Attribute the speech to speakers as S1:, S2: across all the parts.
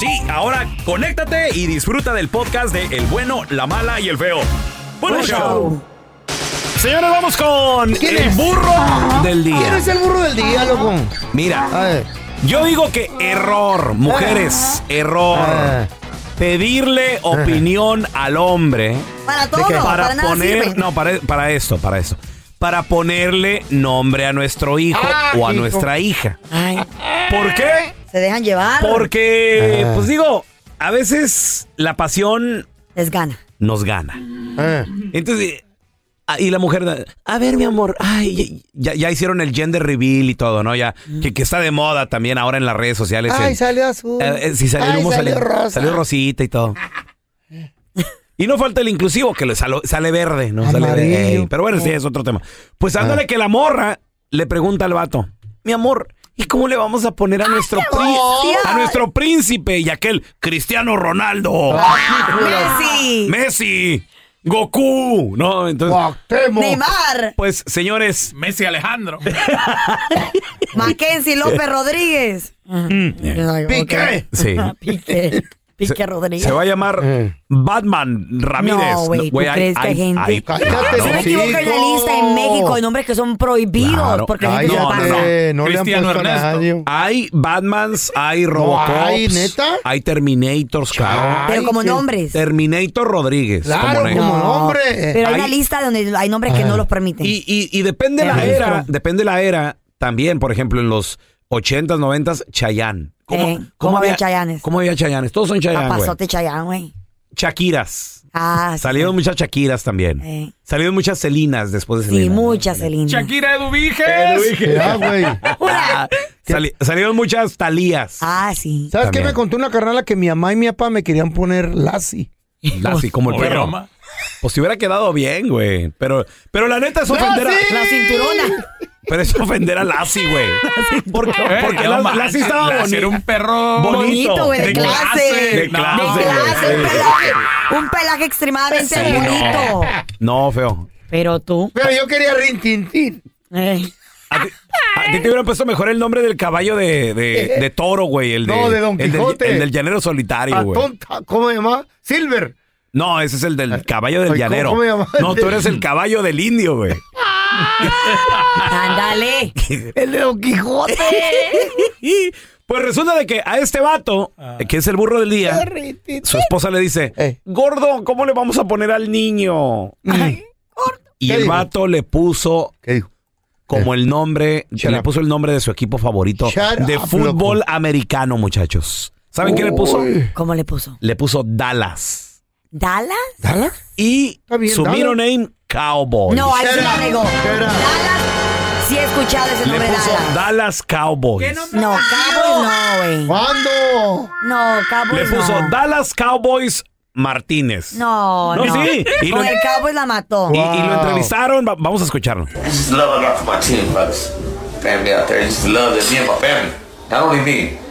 S1: Sí, ahora conéctate y disfruta del podcast de El bueno, la mala y el feo. Bueno,
S2: Buen
S1: show.
S2: show.
S1: Señores, vamos con
S2: ¿Quién
S1: el
S2: es? Ah.
S1: burro del
S2: ¿Quién
S1: día.
S2: es Este el burro del día, loco?
S1: Mira,
S2: A ver.
S1: yo digo que error, mujeres, error.
S2: Ah. Eh.
S1: Pedirle opinión al hombre
S3: Para todo,
S1: para,
S3: para, nada
S1: poner,
S3: sirve.
S1: no, para, para esto, para eso. Para ponerle nombre a nuestro hijo
S2: Ah,
S1: o a
S2: hijo.
S1: nuestra hija.
S3: Ay,
S1: ¿Por qué?
S3: se dejan llevar.
S1: Porque,
S2: Ah.
S1: pues digo, a veces la pasión
S3: Les gana.
S1: nos gana.
S2: Eh.
S1: Entonces, ah, y la mujer, da- a ver, mi amor, ay, ya, ya hicieron el gender reveal y todo, ¿no? Ya, que, que está de moda también ahora en las redes sociales.
S2: Ay,
S1: el-
S2: salió azul.
S1: eh, eh, sí, salió el
S2: Ay,
S1: humo,
S2: salió
S1: salió,
S2: rosa.
S1: salió rosita y todo. Y no falta el inclusivo, que le salo- sale verde, ¿no? Sale
S2: Amarillo. Ah.
S1: verde. Ey, Pero bueno, sí, es otro tema. Pues ándale que la morra le pregunta al vato, mi amor, ¿y cómo le vamos a poner a nuestro, pri-
S3: emoción!
S1: a nuestro príncipe y aquel Cristiano Ronaldo,
S3: Messi,
S1: Messi, Goku? No, entonces...
S2: Cuauhtémoc.
S3: Neymar,
S1: Pues, señores,
S4: Messi Alejandro.
S3: Mackenzie López Rodríguez. Ay,
S2: Piqué.
S1: Mm. sí.
S3: ok. Ah, Piqué. Piqué
S1: Se-
S3: Rodríguez.
S1: Se va a llamar
S2: Eh.
S1: Batman Ramírez.
S3: No, güey, ¿tú crees que hay gente?
S2: Cállate,
S3: Si me equivoco, en la
S2: Chico.
S3: lista en México hay nombres que son prohibidos
S1: Claro.
S3: porque la gente se pasa.
S2: Cállate,
S4: no.
S2: no, le han
S4: Cristiano
S2: puesto a
S4: Ernesto.
S2: nadie.
S1: Hay Batmans, hay Robocops.
S2: hay, ¿neta?
S1: Hay Terminators, claro.
S3: Pero
S2: Ay,
S3: como
S2: qué-
S3: nombres.
S1: Terminator Rodríguez.
S2: Claro,
S1: como no.
S2: como nombre.
S3: Pero hay una
S1: Hay-
S3: lista donde hay nombres que no los permiten.
S1: Y, y- y depende la
S3: Terminator.
S1: era, depende la era también, por ejemplo, en los 80s, 90s, Chayanne.
S3: Eh, ¿cómo había Chayannes?
S1: ¿Cómo había Chayannes? Todos son Chayanne, güey.
S3: Papazote Chayán, güey.
S1: Shakiras.
S3: Ah, sí.
S1: Salieron muchas Shakiras también.
S3: Eh.
S1: Salieron muchas Celinas después de
S3: Sí,
S1: Selena.
S3: muchas, Celina.
S4: Shakira
S1: Eduvige.
S4: Eduviges.
S2: Ya, güey.
S1: Ah, sali- salieron muchas Talías.
S3: Ah, sí.
S2: ¿Sabes
S1: También.
S2: qué me contó una carnala que mi mamá y mi papá me querían poner Lassie?
S1: Así como el
S4: Oye,
S1: perro.
S4: mamá.
S1: Pues si hubiera quedado bien, güey. Pero, pero la neta es ofender a.
S3: La cinturona.
S1: Pero es ofender a Lassie, güey. ¿Por qué?
S4: Eh,
S1: Porque
S4: no
S1: la-
S4: manches,
S1: Lassie estaba
S4: Lassie era
S1: bonita.
S4: un perro
S1: Bonito.
S3: Bonito, güey, de,
S1: De
S3: clase.
S4: clase,
S1: de clase,
S3: De
S1: güey.
S3: clase, un
S1: Sí.
S3: pelaje. Un pelaje extremadamente
S1: Sí, no.
S3: bonito.
S1: No, feo.
S3: Pero tú.
S2: Pero yo quería Rintintín.
S3: eh,
S1: A ti, Ah, a ti te hubieran puesto mejor el nombre del caballo de, de- de toro, güey. El de,
S2: No, de Don
S1: el del-
S2: Quijote.
S1: El del llanero solitario, güey.
S2: Tonta, ¿Cómo se llama? Silver.
S1: No, ese es el del caballo del
S2: Ay, ¿cómo-
S1: llanero.
S2: cómo me llamaste?
S1: No, tú eres el caballo del indio, güey.
S3: Ándale.
S2: El de Don Quijote.
S1: Pues resulta de que a este vato,
S2: Ah.
S1: que es el burro del día, su esposa le dice,
S2: Eh.
S1: gordo, ¿cómo le vamos a poner al niño?
S2: Mm.
S1: Y
S2: ¿Qué
S1: el
S2: dijo?
S1: vato le puso
S2: ¿Qué dijo? Eh.
S1: como el nombre, le puso el nombre de su equipo favorito
S2: Shut
S1: de
S2: up,
S1: fútbol
S2: loco.
S1: americano, muchachos. ¿Saben qué le puso?
S2: Uy.
S3: ¿Cómo le puso?
S1: Le puso Dallas.
S3: ¿Dallas?
S2: ¿Dallas?
S1: Y
S2: Está bien,
S1: su
S2: Dallas.
S1: middle name, Cowboys.
S3: No, ahí sí
S2: Shut
S3: la
S2: up,
S3: regó.
S2: shut up.
S3: Dallas, sí he escuchado ese
S1: le
S3: nombre
S1: puso
S3: Dallas.
S1: Dallas Cowboys.
S2: Ah,
S3: No, Cowboys no, güey.
S2: ¿Cuándo?
S3: No,
S1: Le
S3: Cowboys
S1: puso
S3: no.
S1: Dallas Cowboys Martínez.
S3: No,
S1: No,
S3: no.
S1: sí. Y lo-
S3: Con el Cowboys la mató.
S1: Y, y lo
S2: Wow.
S1: entrevistaron, va- vamos a escucharlo.
S4: I just love a lot for my team, brothers. Family out there. I just love that me and my family. Not only me.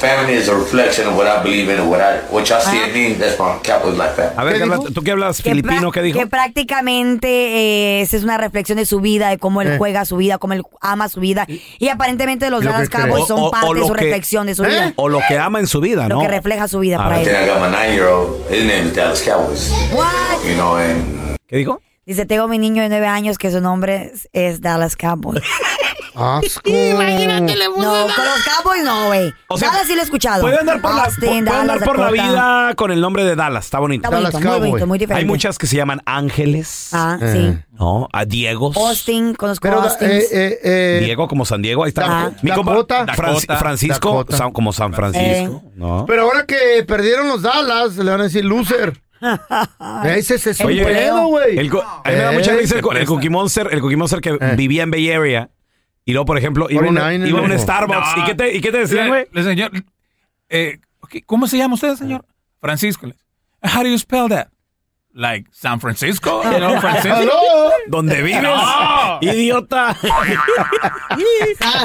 S4: Family is a reflection of what I believe in and what I what y'all see in me. That's my Cowboys like family.
S1: A ver,
S2: ¿Qué
S1: ¿qué
S2: dijo?
S1: hablas- ¿tú qué hablas
S3: Que
S1: filipino?
S3: prac-
S1: ¿Qué dijo?
S3: Que prácticamente eh, esa es una reflexión de su vida, de cómo él
S2: Eh.
S3: juega su vida, cómo él ama su vida. Y aparentemente los
S2: Lo
S3: Dallas
S2: que cree.
S3: Cowboys
S1: O-
S3: son
S1: o- o
S3: parte de
S1: lo
S3: su
S1: que-
S3: reflexión de su
S2: ¿Eh?
S3: vida.
S1: O lo que ama en su vida,
S3: Lo
S1: Ah, ¿no?
S3: que refleja su vida
S1: A
S3: para
S1: ver.
S4: Then I
S3: él.
S4: got my nine year old. His name is Dallas Cowboys.
S3: What?
S4: You know, and
S1: ¿Qué dijo?
S3: Dice, tengo mi niño de nueve años que su nombre es, es Dallas Cowboys.
S2: Asco.
S3: no, con los Cowboys no, güey.
S1: O sea,
S3: Dallas sí lo he escuchado.
S1: Puede andar por, la,
S3: Austin,
S1: puede
S3: Dallas,
S1: andar por la
S3: Dakota.
S1: vida con el nombre de Dallas, está bonito.
S3: Está bonito,
S2: Dallas
S3: muy
S2: Cowboy.
S3: bonito, muy diferente.
S1: Hay muchas que se llaman Ángeles,
S3: Ah,
S1: Eh.
S3: sí.
S1: ¿no? A Diegos.
S3: Austin, conozco
S2: Eh. Pero,
S3: a Austin. Ah.
S2: eh, eh, eh,
S1: Diego como San Diego, ahí está.
S2: Dakota,
S1: compa-
S2: Dakota,
S1: Franci- Francisco
S2: Dakota.
S1: San- como San Francisco, ¿no?
S2: pero ahora que perdieron los Dallas, le van a decir loser. Ese es su
S3: Oye,
S2: pedo, güey.
S1: El co- a mí me da
S2: Eh,
S1: mucha risa el,
S2: ¿qué
S1: co- el
S2: pasa?
S1: Cookie Monster, el Cookie Monster que
S2: Eh.
S1: vivía en Bay Area. Y luego, por ejemplo, iba a una-
S2: 49ers,
S1: iba a un
S2: loco.
S1: Starbucks. ¿Y, qué te, ¿Y qué te decían, güey?
S5: Le, le- señor, eh, ok, ¿Cómo se llama usted, señor? Francisco. How do you spell that? Like San Francisco, you know, Francisco.
S2: ¡Aló!
S1: ¿Dónde vives?
S5: No.
S1: ¡Idiota!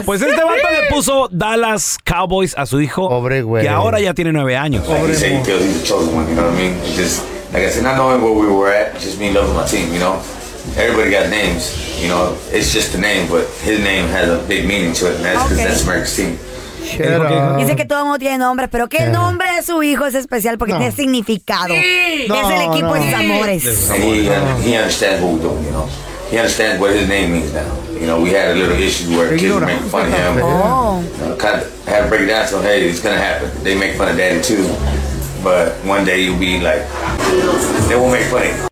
S1: pues este vato le puso Dallas Cowboys a su hijo.
S2: Pobre güey.
S1: Que ahora ya tiene nueve años.
S4: like he said, he feels he's the chosen one. You know what I mean? It's Just like I said, not knowing where we were at, just me loving my team. You know, everybody got names. You know, it's just a name, but his name has a big meaning to it, and that's because
S3: Okay.
S4: that's America's team.
S2: Shut
S1: ah.
S2: up.
S3: Dice que todo el mundo tiene nombres, pero que
S1: Eh.
S3: el nombre de su hijo es especial porque
S2: No.
S3: tiene significado.
S2: No,
S3: es el equipo de sus
S2: no.
S3: amores.
S4: And he, he understands what we're doing, you know. He understands what his name means now. You know, we had a little issue where kids were making fun of him.
S3: Oh.
S4: You know, kind of had to break it down to him, hey, it's gonna happen. They make fun of daddy too. But one day you'll be like, they won't make fun of you.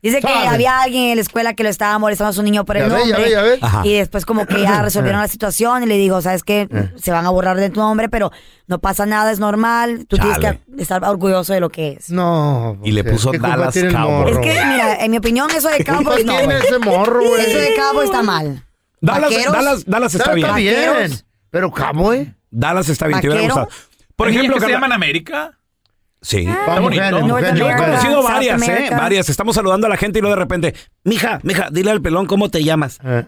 S3: Dice que
S2: Sabe.
S3: había alguien en la escuela que lo estaba molestando a su niño por el
S2: Ya ve, ya
S3: nombre.
S2: ve, ya ve.
S3: Y después como que ya resolvieron la situación y le dijo, sabes que
S2: Eh.
S3: se van a borrar de tu nombre, pero no pasa nada, es normal. Tú
S1: Chale.
S3: tienes que estar orgulloso de lo que es.
S2: No.
S1: Y le
S2: pues,
S1: puso
S2: ¿qué culpa
S1: Dallas
S2: tiene el
S1: Cowboys.
S3: Es
S2: morro?
S3: que, mira, en mi opinión, eso de
S2: ¿Qué culpa
S3: Cowboys no.
S2: tiene
S3: güey.
S2: ese morro, güey?
S3: Eso de Cowboys está mal.
S1: Dallas,
S3: Vaqueros.
S1: Dallas, Dallas está
S2: Está
S1: bien.
S2: bien.
S3: Vaqueros.
S2: Pero ¿eh? Cowboy.
S1: Dallas está bien. Te hubiera
S3: Vaquero. Ah.
S1: gustado. Por
S5: Hay niñas
S1: ejemplo,
S5: que se
S1: Carla-
S5: llaman América.
S1: Sí.
S2: Vamos,
S5: bonito.
S2: mujeres,
S5: North
S2: mujeres,
S1: Yo he
S2: mujeres.
S3: America.
S1: conocido
S3: South
S1: varias, ¿eh?
S3: America.
S1: Varias. Estamos saludando a la gente y luego de repente, mija, mija, dile al pelón cómo te llamas.
S2: Eh,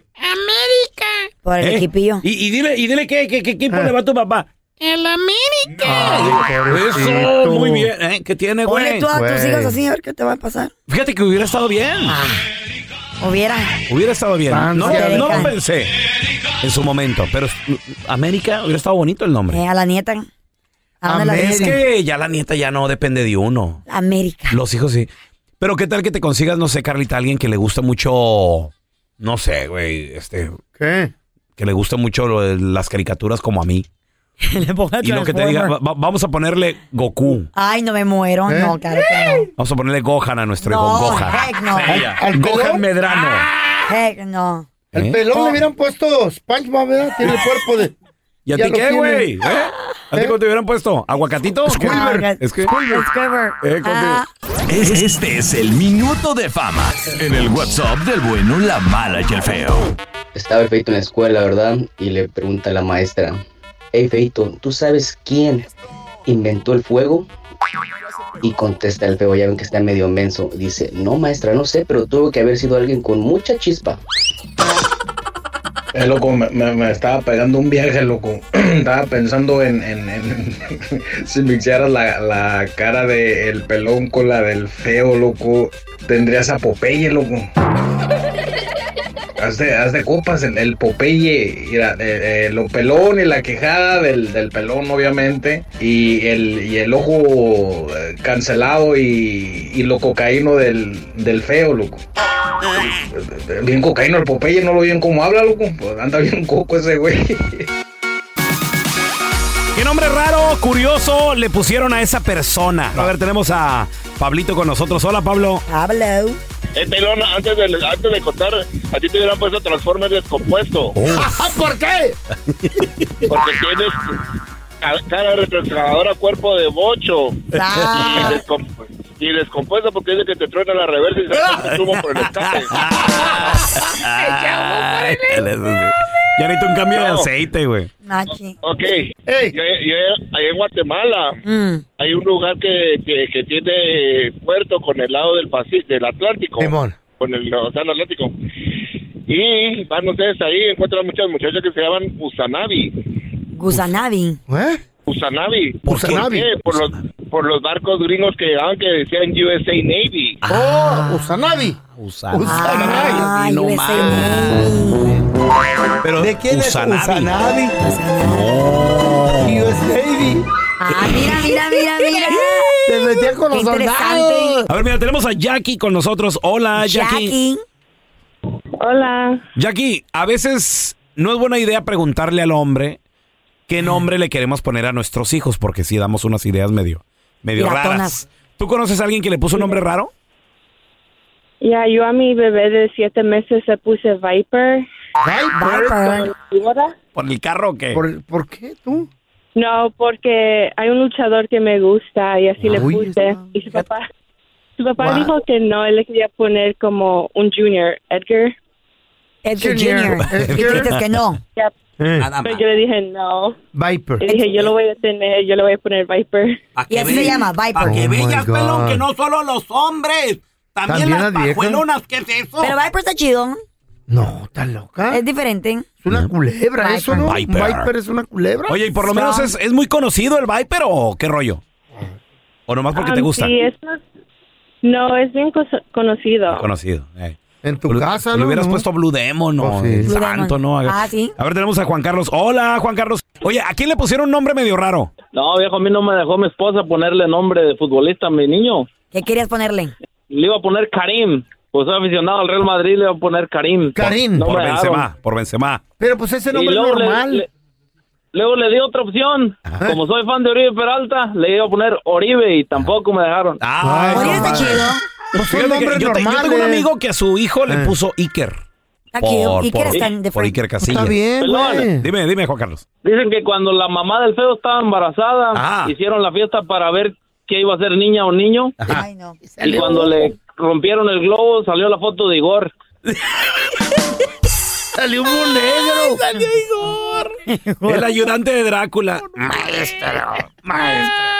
S3: Por el
S1: ¿Eh?
S3: equipillo.
S1: Y, y dile, y dile qué, qué, qué equipo le va a tu papá.
S2: Ah. ay, pobrecito.
S1: Eso, muy bien, ¿eh? ¿Qué tiene,
S3: Ponle
S1: güey?
S3: tú a tus
S2: Güey.
S3: hijos así, ¿eh? a ver qué te va a pasar. Ah.
S1: Fíjate que hubiera estado bien.
S3: Hubiera.
S1: Hubiera estado bien. No,
S2: Francia,
S1: no lo
S3: América.
S1: pensé en su momento, pero América hubiera estado bonito el nombre.
S3: Eh, a la nieta. ¿A dónde la
S2: América.
S1: Es
S3: tienes?
S1: que ya la nieta ya no depende de uno.
S3: América.
S1: Los hijos sí. Pero qué tal que te consigas, no sé, Carlita, alguien que le gusta mucho, no sé, güey, este,
S2: ¿Qué?
S1: que le gusta mucho lo de las caricaturas como a mí. Y lo que te diga, va- va- vamos a ponerle Goku.
S3: Ay, no me muero.
S2: ¿Eh?
S3: No, claro que
S1: Vamos a ponerle Gohan a nuestro
S3: no.
S1: hijo.
S3: No,
S1: Gohan.
S3: heck no.
S5: Ella.
S2: ¿Al
S1: Gohan
S2: pelón? Ah.
S1: Medrano.
S3: Heck no.
S2: Al
S1: ¿Eh?
S2: pelón le hubieran puesto SpongeBob, ¿verdad? Tiene el cuerpo de...
S1: ¿Y a
S2: Ya
S1: ti
S2: lo
S1: qué,
S2: tiene.
S1: güey? ¿Eh? ¿A ti
S2: ¿Eh?
S1: cómo te hubieran puesto? ¿Aguacatito?
S3: No,
S1: Es que...
S3: Squidward.
S1: Eh, con-
S3: Ah,
S6: Este es el minuto de fama en el WhatsApp del bueno, la mala y el feo.
S7: Estaba el Feito en la escuela, ¿verdad? Y le pregunta a la maestra, hey Feito, ¿tú sabes quién inventó el fuego? Y contesta el feo, ya ven que está medio menso. Dice, no maestra, no sé, pero tuvo que haber sido alguien con mucha chispa.
S8: Eh, loco, me, me- me estaba pegando un viaje, loco. estaba pensando en, en- en- si mixearas la, la cara del pelón con la del feo, loco. Tendrías a Popeye, loco. Haz de, haz de copas el, el Popeye, mira, eh, eh, lo pelón y la quejada del, del pelón, obviamente, y el, y el ojo eh, cancelado y, y lo cocaíno del, del feo, loco. Bien cocaíno el Popeye, no lo bien como habla, loco. Pues anda bien coco ese güey.
S1: ¿Qué nombre raro, curioso le pusieron a esa persona? A ver, tenemos a Pablito con nosotros. Hola, Pablo.
S3: Pablo.
S9: Eh, pelón, antes de, antes de cortar, a ti te hubieran puesto Transformers descompuesto.
S2: ¿Por qué?
S9: Porque tienes ca- cara retroexcavadora, cuerpo de bocho. Y, descom- y descompuesto porque dice que te truena la reversa y se el humo por el escape.
S1: Ay, Ya necesito un cambio de aceite, güey.
S9: Ok. Yo, yo- ahí en Guatemala hay un lugar que, que, que tiene puerto con el lado del Pacífico, del Atlántico. Con el Océano Atlántico. Y van ustedes ahí, encuentran muchas muchachas que se llaman Usanabi.
S3: Gusanavi.
S2: ¿Eh?
S9: Usanavi. ¿Por
S3: Usanavi.
S9: qué? Por los, por los barcos gringos que llegaban que decían USA Navy.
S2: Oh, Usanavi.
S1: Ah, Usanavi.
S2: Usanavi.
S1: No mames. Pero
S2: ¿De quién es Usanavi? US Navy.
S3: Ah, mira, mira, mira, mira.
S2: Se metía con los
S3: Qué interesante.
S2: soldados.
S1: A ver, mira, tenemos a Jackie con nosotros. Hola, Jackie.
S10: Hola.
S1: Jackie, a veces no es buena idea preguntarle al hombre qué nombre le queremos poner a nuestros hijos, porque si damos unas ideas medio, medio
S10: Piratonas.
S1: raras. ¿Tú conoces a alguien que le puso un nombre raro?
S10: Ya, yo a mi bebé de siete meses le puse Viper.
S1: ¿Viper?
S10: ¿Víbora?
S1: ¿Por el carro o qué?
S2: ¿Por, qué tú?
S10: No, porque hay un luchador que me gusta y así le
S1: Uy,
S10: puse. Y su papá, su papá
S1: Wow.
S10: dijo que no, él le quería poner como un junior, Edgar.
S3: Edgar Junior. Junior. Y tú dices que no.
S10: Ya,
S2: Eh.
S10: Pero yo le dije no.
S2: Viper.
S10: Le dije, yo lo voy a tener, yo le voy a poner Viper.
S3: Y así se llama Viper.
S2: pa' que Oh my veas, God. pelón, que no
S3: solo los hombres.
S2: también También las las viejas. pajuelonas,
S3: ¿qué es eso? Pero Viper está chido.
S2: No, está loca.
S3: Es diferente.
S2: Es una culebra
S3: Viper.
S2: eso, ¿no?
S1: Viper.
S2: Viper es una culebra.
S1: Oye, ¿y por lo menos es, es muy conocido el Viper o qué rollo? ¿O nomás Ah, porque te
S10: Um,
S1: gusta?
S10: sí, es- no, es bien coso- conocido.
S1: Conocido. eh.
S2: En tu casa,
S1: Le
S2: ¿no?
S1: hubieras
S2: No. Oh,
S1: puesto Blue Demon o
S2: sí.
S1: el
S2: Blue
S1: Santo,
S2: Demon.
S1: ¿no?
S2: Ah, sí.
S1: A ver, tenemos a Juan Carlos. Hola, Juan Carlos. Oye, ¿a quién le pusieron un nombre medio raro?
S11: No, viejo, a mí no me dejó mi esposa ponerle nombre de futbolista a mi niño.
S3: ¿Qué querías ponerle?
S11: Le iba a poner Karim. Pues soy aficionado al Real Madrid, le iba a poner Karim.
S2: Karim.
S11: No
S1: por
S11: me
S1: Benzema,
S11: dejaron.
S1: por Benzema.
S2: Pero pues ese
S11: Y
S2: nombre es
S11: luego le-
S2: normal.
S11: le- luego le di otra opción. Como soy fan de Oribe Peralta, le iba a poner Oribe y tampoco me dejaron.
S1: Ah,
S3: Oribe está chido.
S1: Fíjate que yo, te- yo tengo un amigo que a su hijo le
S11: Eh.
S1: puso Iker.
S3: Está chido. Iker está en
S1: por Iker Casillas.
S11: Pelón,
S1: Dime, dime, Juan Carlos.
S11: Dicen que cuando la mamá del feo estaba embarazada,
S1: Ah.
S11: hicieron la fiesta para ver qué iba a ser niña o niño. Y cuando le rompieron el globo, salió la foto de Igor.
S2: Salió humo negro. Salió
S1: Igor. El ayudante de Drácula. Maestro.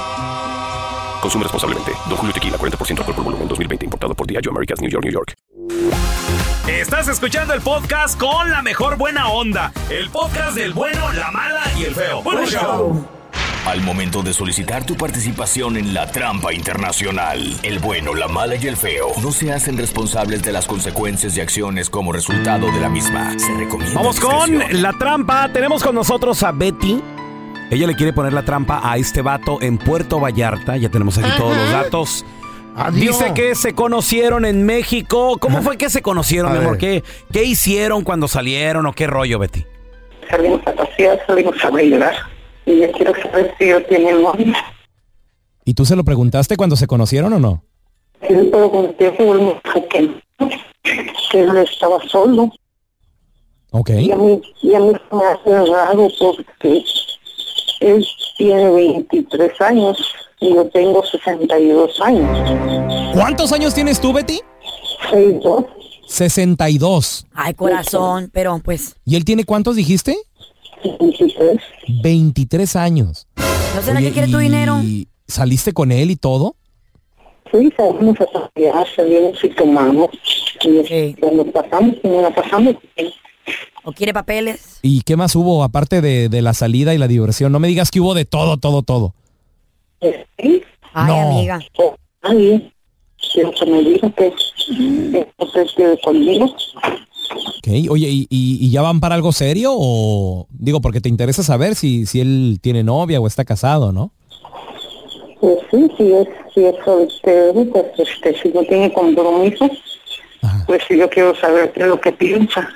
S6: Consume responsablemente. Don Julio Tequila 40% alcohol por volumen 2020 importado por Diageo Americas New York New York.
S1: Estás escuchando el podcast con la mejor buena onda. El podcast del bueno, la mala y el feo. Bueno, show.
S12: Al momento de solicitar tu participación en la trampa internacional, el bueno, la mala y el feo no se hacen responsables de las consecuencias y acciones como resultado de la misma. Se recomienda.
S1: Vamos con la trampa. Tenemos con nosotros a Betty. Ella le quiere poner la trampa a este vato en Puerto Vallarta. Ya tenemos aquí todos los datos. Dice que se conocieron en México. ¿Cómo fue que se conocieron,
S13: A
S1: mi amor?
S13: ver.
S1: ¿Qué, ¿Qué hicieron cuando salieron o qué rollo, Betty?
S13: Salimos a pasear, salimos a bailar. Y yo quiero saber si él tiene novia.
S14: ¿Y tú se lo preguntaste cuando se conocieron o no?
S13: Y yo pregunté si él me dijo que no, que él estaba solo.
S14: Ok.
S13: Y a mí, y a mí se me hace raro porque él tiene 23 años y yo tengo 62 años.
S14: ¿Cuántos años tienes tú, Betty? 62.
S3: Ay, corazón, pero pues,
S14: ¿Y él tiene cuántos dijiste? 23. 23 años.
S3: ¿no será
S14: Oye,
S3: que quiere tu
S14: ¿y
S3: dinero?
S14: ¿Saliste con él y todo?
S13: Sí, salimos a pasear, salimos y tomamos. Y este, cuando pasamos, no la pasamos bien.
S3: ¿O quiere papeles?
S14: ¿Y qué más hubo aparte de, de la salida y la diversión? No me digas que hubo de todo, todo, todo.
S13: ¿Sí?
S14: Ay, No. amiga.
S13: Oh, Ay, quiero que me diga que entonces que conmigo.
S14: Ok. Oye, ¿y, y- y ya van para algo serio o...? Digo, porque te interesa saber si, si él tiene novia o está casado, ¿no?
S13: Pues sí, si es, si es soltero, pues este, si no tiene compromiso, pues yo quiero saber qué es lo que piensa.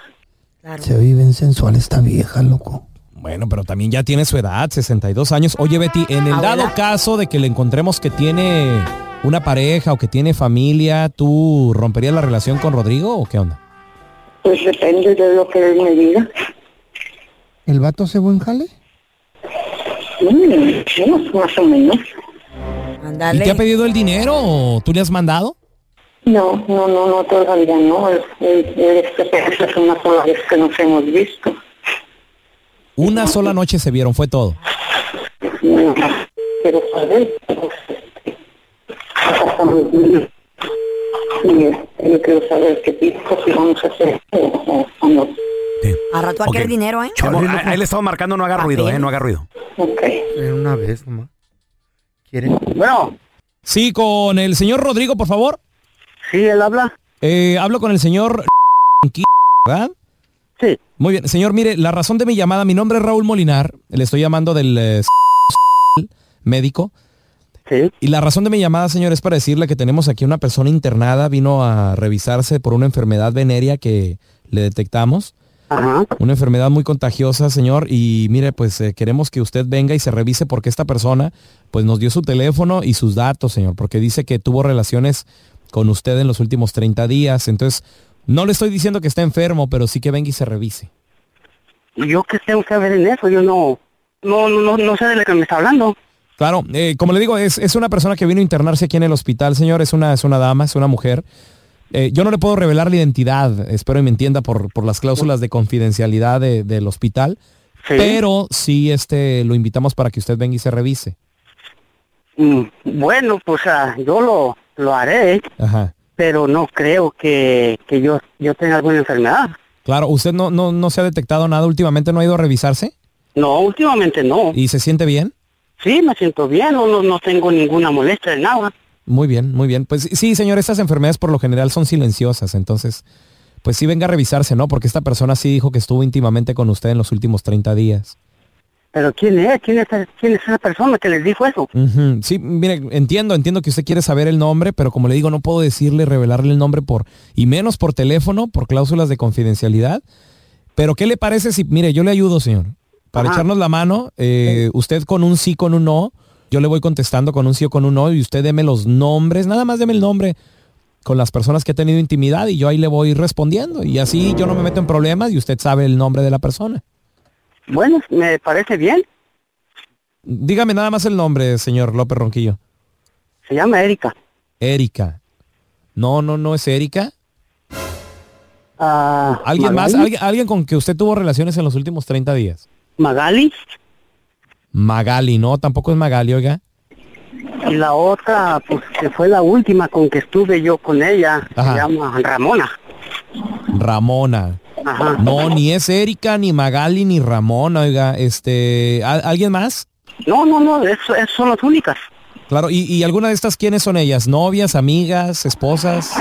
S14: Se viven sensual esta vieja, loco. Bueno, pero también ya tiene su edad, 62 años. Oye, Betty, en el
S3: Abuela.
S14: dado caso de que le encontremos que tiene una pareja o que tiene familia, ¿tú romperías la relación con Rodrigo o qué onda?
S13: Pues depende de lo que él me diga.
S2: ¿El vato se buen jale?
S13: Mm, sí, más o menos.
S14: ¿Y te ha pedido el dinero o tú le has mandado?
S13: No, no, no, no, todavía no. Él, él, él este, apenas es una sola vez que nos hemos visto.
S14: Una sola noche se vieron, fue todo.
S13: No, Quiero saber. pues, este, pasamos bien. Y este, yo quiero saber qué piensa, si vamos a hacer o- o- o no.
S3: A rato va a querer dinero, ¿eh?
S1: Amor, a- a él le estaba marcando, no haga ruido, ¿eh? No haga ruido.
S13: Ok.
S2: Una vez nomás.
S15: Bueno.
S14: Sí, con el señor Rodrigo, por favor. Eh,
S15: Sí, él habla.
S14: hablo con el señor... ¿Verdad?
S15: Sí.
S14: Muy bien, señor, mire, la razón de mi llamada, mi nombre es Raúl Molinar, le estoy llamando del eh, médico.
S15: Sí.
S14: Y la razón de mi llamada, señor, es para decirle que tenemos aquí una persona internada, vino a revisarse por una enfermedad venérea que le detectamos. Una enfermedad muy contagiosa, señor, y mire, pues eh, queremos que usted venga y se revise porque esta persona, pues nos dio su teléfono y sus datos, señor, porque dice que tuvo relaciones con usted en los últimos 30 días. Entonces, no le estoy diciendo que está enfermo, pero sí que venga y se revise.
S15: ¿Y yo qué tengo que ver en eso? Yo no, no, no, no, no sé de lo que me está hablando.
S14: Claro, eh, como le digo, es, es una persona que vino a internarse aquí en el hospital, señor, es una, es una dama, es una mujer. Eh, yo no le puedo revelar la identidad, espero y me entienda por, por las cláusulas de confidencialidad de- del hospital, pero sí este, lo invitamos para que usted venga y se revise.
S15: Mm, Bueno, pues ah, yo lo, lo haré, ¿eh?
S14: Ajá.
S15: pero no creo que, que yo, yo tenga alguna enfermedad.
S14: Claro, ¿usted no, no, no se ha detectado nada últimamente? ¿No ha ido a revisarse?
S15: No, últimamente no.
S14: ¿Y se siente bien?
S15: Sí, me siento bien, no, no, no tengo ninguna molestia de nada.
S14: Muy bien, muy bien. Pues sí, señor, estas enfermedades por lo general son silenciosas, entonces, pues sí venga a revisarse, ¿no? Porque esta persona sí dijo que estuvo íntimamente con usted en los últimos 30 días.
S15: Pero ¿quién es? ¿Quién es, quién es esa persona que les dijo eso?
S14: Ujú, Sí, mire, entiendo, entiendo que usted quiere saber el nombre, pero como le digo, no puedo decirle, revelarle el nombre por, y menos por teléfono, por cláusulas de confidencialidad. Pero ¿qué le parece si, mire, yo le ayudo, señor, para
S15: Ajá.
S14: echarnos la mano, eh, usted con un sí, con un no, yo le voy contestando con un sí o con un no, y usted deme los nombres, nada más deme el nombre con las personas que ha tenido intimidad y yo ahí le voy respondiendo. Y así yo no me meto en problemas y usted sabe el nombre de la persona.
S15: Bueno, me parece bien.
S14: Dígame nada más el nombre, señor López Ronquillo.
S15: Se llama Erika.
S14: Erika. No, no, no es Erika.
S15: Ah,
S14: ¿Alguien más?
S15: Magali.
S14: ¿Alguien, alguien con que usted tuvo relaciones en los últimos 30 días?
S15: Magali.
S14: Magali, no, tampoco es Magali, oiga.
S15: Y la otra, pues que fue la última con que estuve yo con ella,
S14: Ajá.
S15: se llama Ramona.
S14: Ramona.
S15: Ajá.
S14: No, ni es Erika, ni Magali, ni Ramona, oiga. Este, ¿al- ¿Alguien más?
S15: No, no, no, eso, eso son las únicas.
S14: Claro, ¿y, y alguna de estas quiénes son ellas? ¿Novias, amigas, esposas,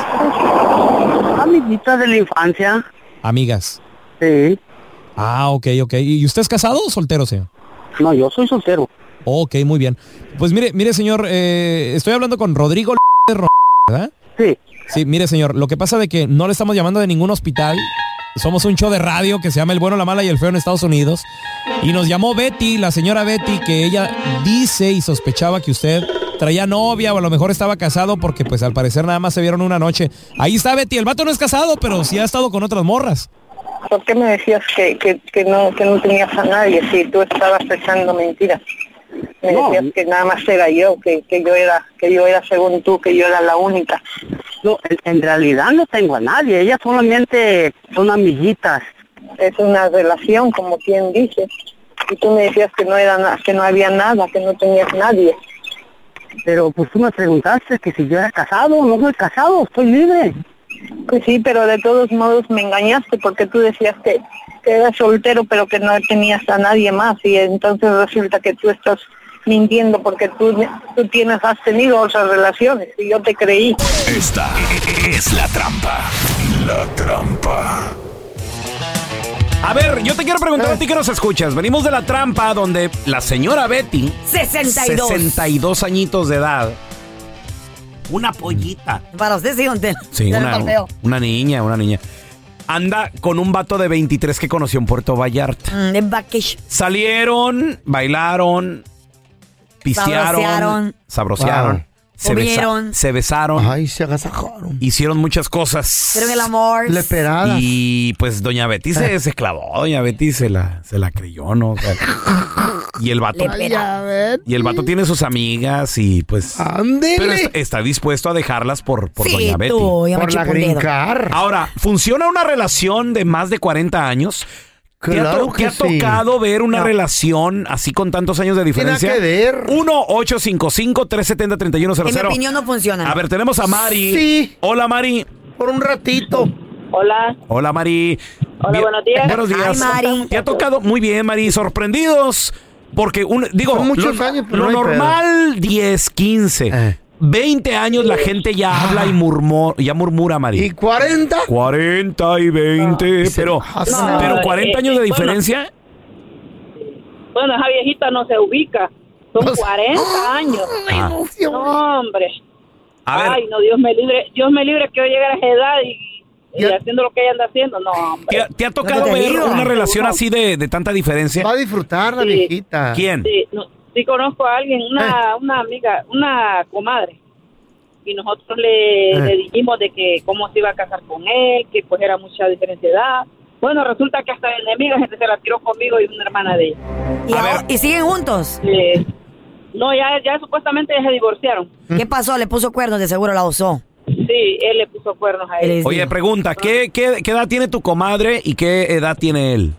S15: Amiguita de la infancia.
S14: amigas?
S15: Sí.
S14: Ah, ok, ok. ¿Y usted es casado o soltero, señor?
S15: No, yo soy soltero.
S14: Ok, muy bien. Pues mire, mire, señor, eh, estoy hablando con Rodrigo ¿verdad? Sí. Sí, mire, señor, lo que pasa de que no le estamos llamando de ningún hospital. Somos un show de radio que se llama El Bueno, la Mala y el Feo en Estados Unidos. Y nos llamó Betty, la señora Betty, que ella dice y sospechaba que usted traía novia o a lo mejor estaba casado porque pues al parecer nada más se vieron una noche. Ahí está Betty, el vato no es casado, pero sí ha estado con otras morras.
S13: ¿Por qué me decías que, que, que no, que no tenías a nadie si tú estabas echando mentiras? Me
S15: No.
S13: decías que nada más era yo, que, que yo era, que yo era según tú, que yo era la única.
S15: No, en, en realidad no tengo a nadie, ellas solamente son amiguitas.
S13: Es una relación, como quien dice. Y tú me decías que no era na- que no había nada, que no tenías nadie.
S15: Pero pues tú me preguntaste que si yo era casado, no soy casado, estoy libre.
S13: Pues sí, pero de todos modos me engañaste porque tú decías que, que eras soltero pero que no tenías a nadie más y entonces resulta que tú estás mintiendo porque tú, tú tienes, has tenido otras relaciones y yo te creí.
S12: Esta es la trampa. La trampa.
S1: A ver, yo te quiero preguntar
S13: Eh.
S1: a ti que nos escuchas. Venimos de la trampa donde la señora Betty,
S3: 62.
S1: 62 añitos de edad, una pollita.
S3: Para usted sí, don Tel.
S1: Sí,
S3: Ya
S1: una,
S3: le golpeo.
S1: una niña, una niña. Anda con un vato de 23 que conoció en Puerto Vallarta.
S3: Mm, de vacation.
S1: Salieron, bailaron, pistearon,
S3: Sabrosearon. Wow.
S1: sabrosearon,
S3: Comieron.
S1: se besaron. Ay, se agasajaron. Hicieron muchas cosas.
S3: Hicieron el amor. Le
S2: peradas.
S1: Y pues doña Betty se, se clavó, doña Betty se la, se la creyó, ¿no? O sea, y el vato. Y el vato tiene sus amigas y pues.
S2: Ándele.
S1: Pero est- está dispuesto a dejarlas por, por
S2: Sí,
S1: Doña Betty.
S2: tú, ya me Por la chupo un green dedo. card.
S1: Ahora, ¿funciona una relación de más de 40 años? ¿Te ha
S2: Claro
S1: ¿Te ha,
S2: que sí.
S1: tocado ver una
S2: No.
S1: relación así con tantos años de
S2: Tiene
S1: diferencia?
S2: que ver.
S1: 1-855-370-3100.
S3: En mi opinión no funciona.
S1: A ver, tenemos a Mari.
S3: Sí.
S1: Hola, Mari. Por un ratito.
S16: Hola.
S1: Hola, Mari.
S16: Hola,
S1: Bien-
S16: buenos días.
S1: Buenos días.
S16: Ay, Mari.
S1: Te ha tocado muy bien, Mari. Sorprendidos. Porque, un, digo,
S2: Son muchos
S1: lo,
S2: años, pero
S1: lo
S2: no hay pedo.
S1: normal, 10, 15. 20 años la gente ya habla y murmur, ya murmura, Mari.
S2: ¿Y 40?
S1: 40 y 20. pero,
S16: No,
S1: pero
S16: eh,
S1: 40 años de
S16: bueno.
S1: diferencia.
S16: Bueno, esa viejita no se ubica. Son 40 años.
S1: Ah.
S16: No, hombre.
S1: A ver.
S16: Ay, no, Dios me libre. Dios me libre que yo llegue a esa edad y, y haciendo lo que ella anda haciendo. No, hombre.
S1: ¿Te, ha- te ha tocado
S16: te
S1: ver
S16: digo.
S1: una relación así de, de tanta diferencia? Va a disfrutar
S16: la Sí. viejita.
S1: ¿Quién?
S16: Sí, no, sí conozco a alguien, una,
S2: Eh.
S16: una amiga, una comadre. Y nosotros le,
S1: Eh.
S16: le dijimos de que cómo se iba a casar con él, que pues era mucha diferencia de edad. Bueno, resulta que hasta enemiga gente se la tiró conmigo y una hermana de ella.
S3: ¿Y, ahora- ¿y siguen juntos?
S16: No, ya, Ah, ya supuestamente ya se divorciaron.
S2: Mm.
S3: ¿Qué pasó? Le puso cuernos, de seguro la usó.
S16: Sí, él le puso cuernos a él.
S1: Oye, pregunta, ¿qué, qué, qué edad tiene tu comadre y qué edad tiene él?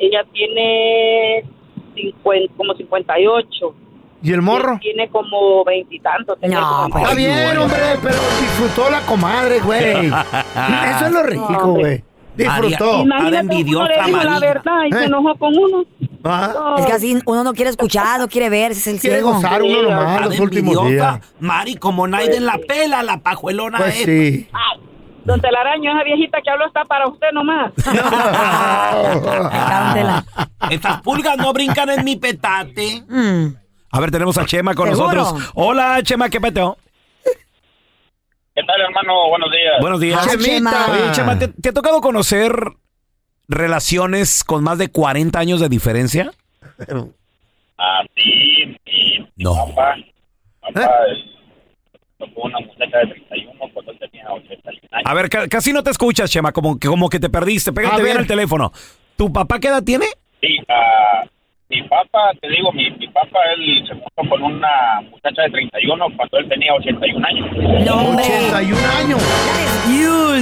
S16: Ella tiene 50, como 58.
S2: ¿Y el morro?
S16: Él Tiene como veintitantos. tenía como-
S3: pues,
S2: Está bien, hombre, pero disfrutó la comadre, güey. Eso es lo rico, güey. Disfrutó. Eh.
S16: Imagínate, uno le dijo la verdad y se enojó con uno.
S3: Es que así uno no quiere escuchar, no quiere ver, ese es el
S2: Ah. Quiere
S3: ciego.
S2: gozar uno nomás los últimos días.
S1: Mari, como
S16: Naiden la
S1: pela, la pajuelona
S2: Pues sí. Mm.
S16: Ay, don Telaraño, esa viejita que habló está para usted nomás.
S1: Estas pulgas no brincan en mi petate. A ver, tenemos a Chema con
S17: ¿Seguro?
S1: nosotros. Hola, Chema, ¿qué peteo?
S17: ¿Qué tal, hermano? Buenos días.
S1: Buenos días. Oye, Chema, ¿te, te ha tocado conocer relaciones con más de 40 años de diferencia?
S17: A ti, mi
S1: No.
S17: papá. Papá eh, tocó una muchacha de 31 cuando él tenía 81 años.
S1: A ver, ca- casi no te escuchas, Chema, como que, como que te perdiste.
S17: A
S1: Pégate bien
S17: ver.
S1: el teléfono. ¿Tu papá qué edad tiene?
S17: Sí, ah, mi papá, te digo, mi, mi papá, él se puso con una muchacha de 31 cuando él tenía 81 años.
S3: No,
S2: 81 años.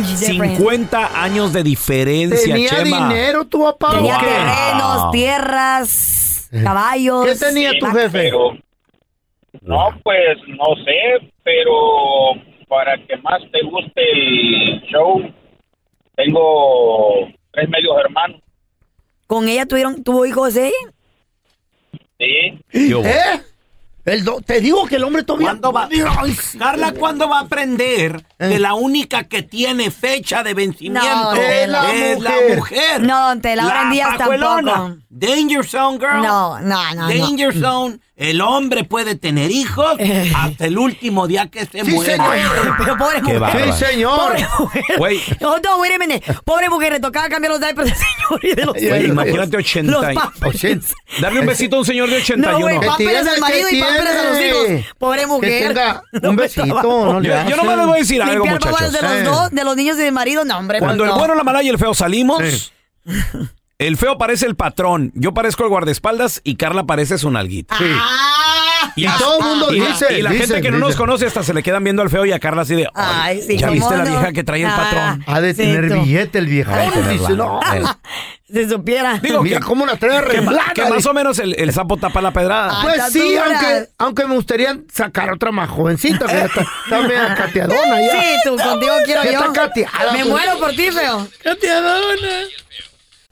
S1: 50 años de diferencia,
S2: Tenía
S1: Chema.
S2: dinero tu papá. Eh.
S3: Tenía
S1: Wow.
S3: terrenos, tierras, caballos.
S17: Sí, pero- no, pues no sé, pero para que más te guste el show, tengo tres medios hermanos,
S3: ¿Con ella tuvieron, tuvo hijos ¿eh? ella?
S17: ¿sí?
S2: ¿Eh? El do- te digo que el hombre todavía...
S1: Carla, ¿cuándo va a aprender
S2: Eh.
S1: que la única que tiene fecha de vencimiento
S3: No, es la es la mujer. mujer? No, don Tela, ahora en La días pajuelona. tampoco.
S1: Danger Zone,
S3: Ah, No, no, no, no.
S1: Danger Zone
S18: El hombre puede tener hijos hasta el último día que se
S3: Sí,
S18: muere.
S3: señor. Eh. Pero pobre mujer.
S18: bárbaro.
S3: Sí, señor.
S18: Güey,
S3: Oh, no, wait a minute. Pobre mujer, le tocaba cambiar los diapers del señor y de los
S18: Güey,
S3: suegros.
S18: imagínate 80
S3: Los
S18: y-
S3: papeles.
S18: 80. Darle un besito a un señor de 81.
S3: No, güey,
S18: Que
S3: papeles
S18: tiene,
S3: al
S18: que
S3: marido y papeles a los
S2: tiene.
S3: hijos. Pobre
S2: Que
S3: mujer.
S2: tenga un
S3: No,
S2: besito,
S3: estaba-
S2: no le Eh. Yo- yo
S18: nomás les voy a decir algo,
S3: Limpiar babas de
S18: muchachos.
S3: los dos, de los niños y del marido, no, hombre.
S1: Cuando
S3: pues
S1: el
S3: no.
S1: bueno, la mala y el feo salimos, el feo parece el patrón, yo parezco el guardaespaldas y Carla parece su nalguita.
S3: Ah.
S2: Y todo el mundo
S1: y la-
S2: dice,
S1: Y la
S2: dicen,
S1: gente que no nos
S2: dicen.
S1: conoce hasta se le quedan viendo al feo y a Carla así de. "Ah, "Ay,
S3: Ay, sí,
S1: ¿Ya
S3: cómo
S1: viste la
S3: no.
S1: vieja que trae el
S3: Ah,
S1: patrón?
S2: Ha de tener
S3: Cierto.
S2: billete el viejo.
S3: Ay,
S2: dice, no.
S3: Se supiera.
S1: Digo,
S2: Mira
S1: que-
S2: cómo la trae
S1: que, ma-
S2: arreglada,
S1: que más o menos el, el sapo tapa la pedrada.
S2: Pues sí, aunque, aunque me gustaría sacar otra más jovencita, que ya está, está media cateadona ya.
S3: Sí, tú, contigo quiero
S2: Ya
S3: yo.
S2: Está cateada,
S3: Me
S2: pues.
S3: muero por ti, feo. Cateadona.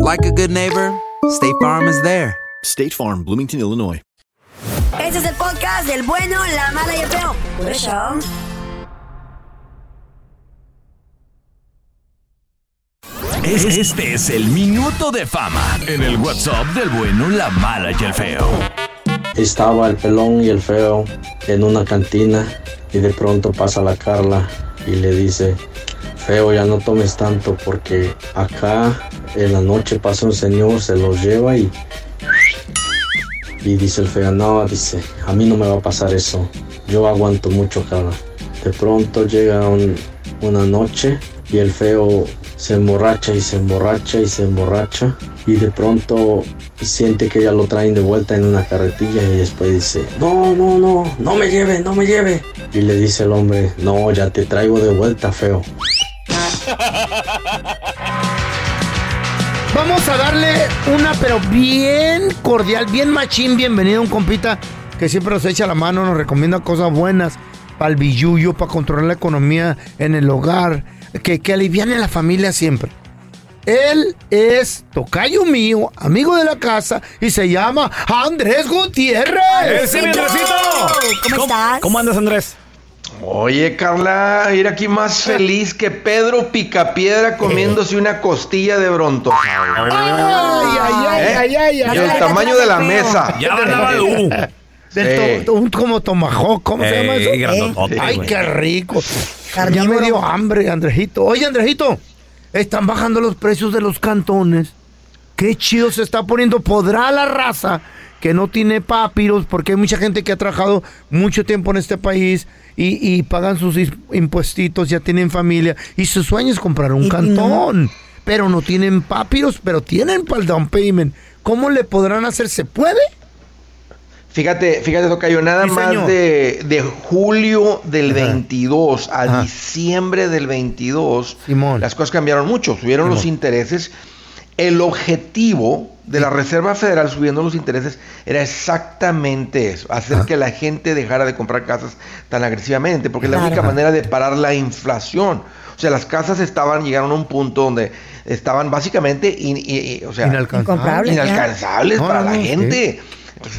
S19: like a good neighbor, State Farm is there. State Farm, Bloomington, Illinois.
S3: Este es el podcast del bueno, la mala y el feo. Por eso.
S12: Es- Este es el minuto de fama en el WhatsApp del bueno, la mala y el feo.
S20: Estaba el pelón y el feo en una cantina y de pronto pasa la Carla y le dice, feo ya no tomes tanto porque acá en la noche pasa un señor, se los lleva y... Y dice el feo, no, dice, a mí no me va a pasar eso, yo aguanto mucho Carla. De pronto llega un- una noche y el feo se emborracha y se emborracha y se emborracha y de pronto siente que ya lo traen de vuelta en una carretilla y después dice, no, no, no, no me lleve, no me lleve. Y le dice el hombre, no, ya te traigo de vuelta, feo.
S2: Vamos a darle una, pero bien cordial, bien machín, bienvenido a un compita que siempre nos echa la mano, nos recomienda cosas buenas para el billuyo, para controlar la economía en el hogar, que, que aliviane la familia siempre. Él es tocayo mío, amigo de la casa, y se llama Andrés Gutiérrez.
S1: ¡Ese mi Andresito!
S2: ¿Cómo, estás?
S1: ¿Cómo andas, Andrés?
S21: Oye, Carla, ir aquí más feliz que Pedro Picapiedra comiéndose una costilla de brontosaurio.
S2: Ay, ay, ay,
S21: ¿Eh?
S2: ay, ay, ay,
S21: Y el
S2: ay,
S21: tamaño
S2: ay,
S21: de la
S2: feo.
S21: mesa. Eh,
S2: Ya andaba
S21: tú.
S2: tú. Del to- un como tomahawk, ¿cómo se
S21: Ey,
S2: llama eso?
S21: grandotote,
S2: Ay,
S21: güey.
S2: qué rico. Ya me dio hambre, Andrejito. Oye, Andrejito, están bajando los precios de los cantones. Qué chido se está poniendo. ¿Podrá la raza que no tiene papiros? Porque hay mucha gente que ha trabajado mucho tiempo en este país y, y pagan sus is- impuestitos, ya tienen familia. Y su sueño es comprar un cantón. Pero no tienen papiros, pero tienen para el down payment. ¿Cómo le podrán hacer? ¿Se puede?
S21: Fíjate, fíjate, Tocayo, nada
S2: Sí,
S21: más
S2: señor.
S21: de, de julio del
S2: Ajá.
S21: 22 a diciembre del 22, las cosas cambiaron mucho, subieron los
S2: Simón.
S21: intereses. El objetivo de la Reserva Federal subiendo los intereses era exactamente eso, hacer que la gente dejara de comprar casas tan agresivamente, porque es la única manera de parar la inflación. O sea, las casas estaban, llegaron a un punto donde estaban básicamente in- i- i- o sea,
S2: Incomprables, ya.
S21: inalcanzables
S2: No,
S21: para
S2: no,
S21: la
S2: no, sí.
S21: gente.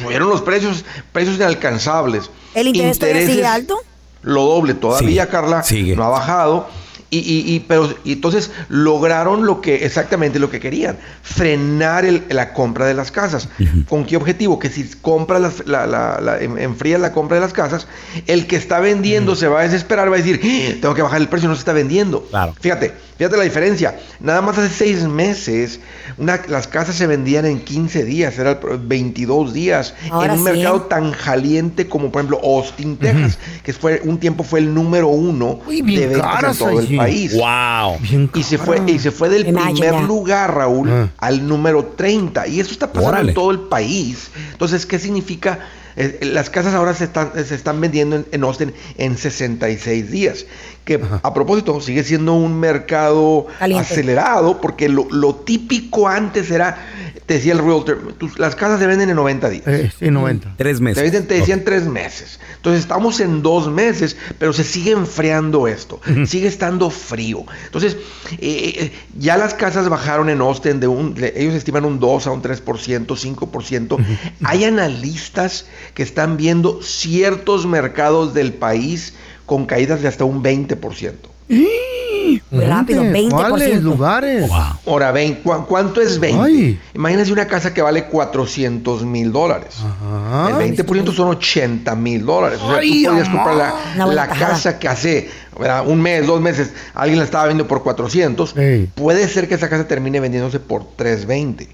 S21: Subieron los precios, precios inalcanzables.
S3: ¿El interés todavía sigue alto?
S21: lo doble todavía,
S1: Sigue,
S21: Carla, no ha bajado. Y, y- y- pero, y entonces lograron lo que exactamente lo que querían, frenar el- la compra de las casas. ¿Con qué objetivo? Que si compra las- la, la- la- en- enfría la compra de las casas, el que está vendiendo se va a desesperar, va a decir, "Ah, tengo que bajar el precio, no se está vendiendo. Fíjate, fíjate la diferencia. Nada más hace seis meses, una- las casas se vendían en 15 días, era el pro- 22 días,
S4: Ahora
S21: en un
S4: sí.
S21: mercado tan caliente como por ejemplo Austin, Texas, que fue un tiempo fue el número uno
S4: Uy, bien
S21: de ventas
S4: caras
S21: en todo
S4: allí.
S21: el país.
S1: Wow.
S21: Y se fue y se fue del
S4: Imagina.
S21: primer lugar, Raúl, al número 30 y eso está pasando
S1: Ah. Órale.
S21: en todo el país. Entonces, ¿qué significa Eh, eh, las casas ahora se están, eh, se están vendiendo en, en Austin en 66 días, que a propósito sigue siendo un mercado
S4: Caliente.
S21: acelerado, porque lo, lo típico antes era, te decía el realtor, tus- las casas se venden en 90 días.
S2: sí, 90.
S1: Tres meses.
S21: Te, dicen- te decían tres meses. Entonces estamos en dos meses, pero se sigue enfriando esto. Sigue estando frío. Entonces, eh, eh, ya las casas bajaron en Austin de un, de- ellos estiman un 2 a un 3%, 5%. Hay analistas que están viendo ciertos mercados del país con caídas de hasta un 20%.
S3: Rápido, 20%.
S2: lugares?
S21: Ahora, ven, ¿cu- ¿cuánto es 20? Imagínense una casa que vale 400 mil dólares. El 20% son 80 mil dólares. O sea,
S4: Ay,
S21: tú podías
S4: amor.
S21: comprar la,
S4: Una buena
S21: la
S4: tajada.
S21: casa que hace ¿verdad? un mes, dos meses, alguien la estaba vendiendo por 400. Puede ser que esa casa termine vendiéndose por 320.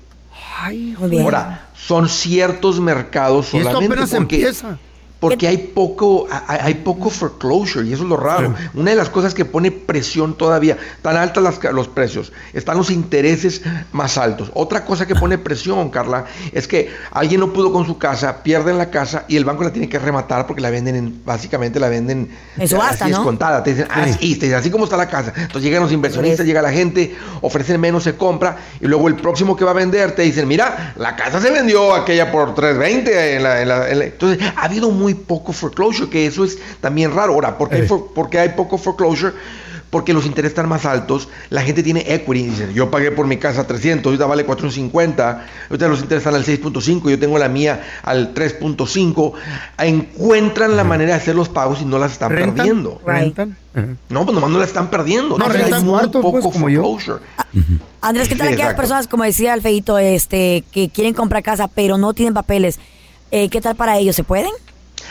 S3: Muy bien.
S21: Ahora, son ciertos mercados
S3: Y esto
S21: solamente.
S3: apenas
S21: porque,
S3: empieza.
S21: Porque hay poco, hay- hay poco foreclosure y eso es lo raro. Una de las cosas que pone presión todavía, tan altas las ca- los precios, están los intereses más altos. Otra cosa que pone presión, Carla, es que alguien no pudo con su casa, pierden la casa y el banco la tiene que rematar porque la venden, en- básicamente la venden
S3: En subasta,
S21: así
S3: ¿no?
S21: descontada. Te dicen, así, te dicen, así como está la casa. Entonces llegan los inversionistas, llega la gente, ofrecen menos, se compra y luego el próximo que va a vender te dicen, mira, la casa se vendió aquella por 320. en la- en la- en la-". Entonces ha habido muy poco foreclosure, que eso es también raro. Ahora, ¿por qué, hay, for- por qué hay poco foreclosure? Porque los intereses están más altos, la gente tiene equity, dice, yo pagué por mi casa 300, ahorita vale 450, ahorita los intereses están al 6.5, yo tengo la mía al 3.5, encuentran la manera de hacer los pagos y no las están perdiendo. No, pues nomás no la están perdiendo.
S2: No,
S21: O sea, hay
S2: rentan
S21: muy
S2: cuartos, pues,
S21: poco
S2: como yo.
S21: foreclosure.
S3: Andrés, ¿qué tal
S21: Sí,
S3: aquellas
S21: exacto.
S3: personas, como decía el feito, este, que quieren comprar casa pero no tienen papeles? Eh, ¿Qué tal para ellos? ¿Se pueden?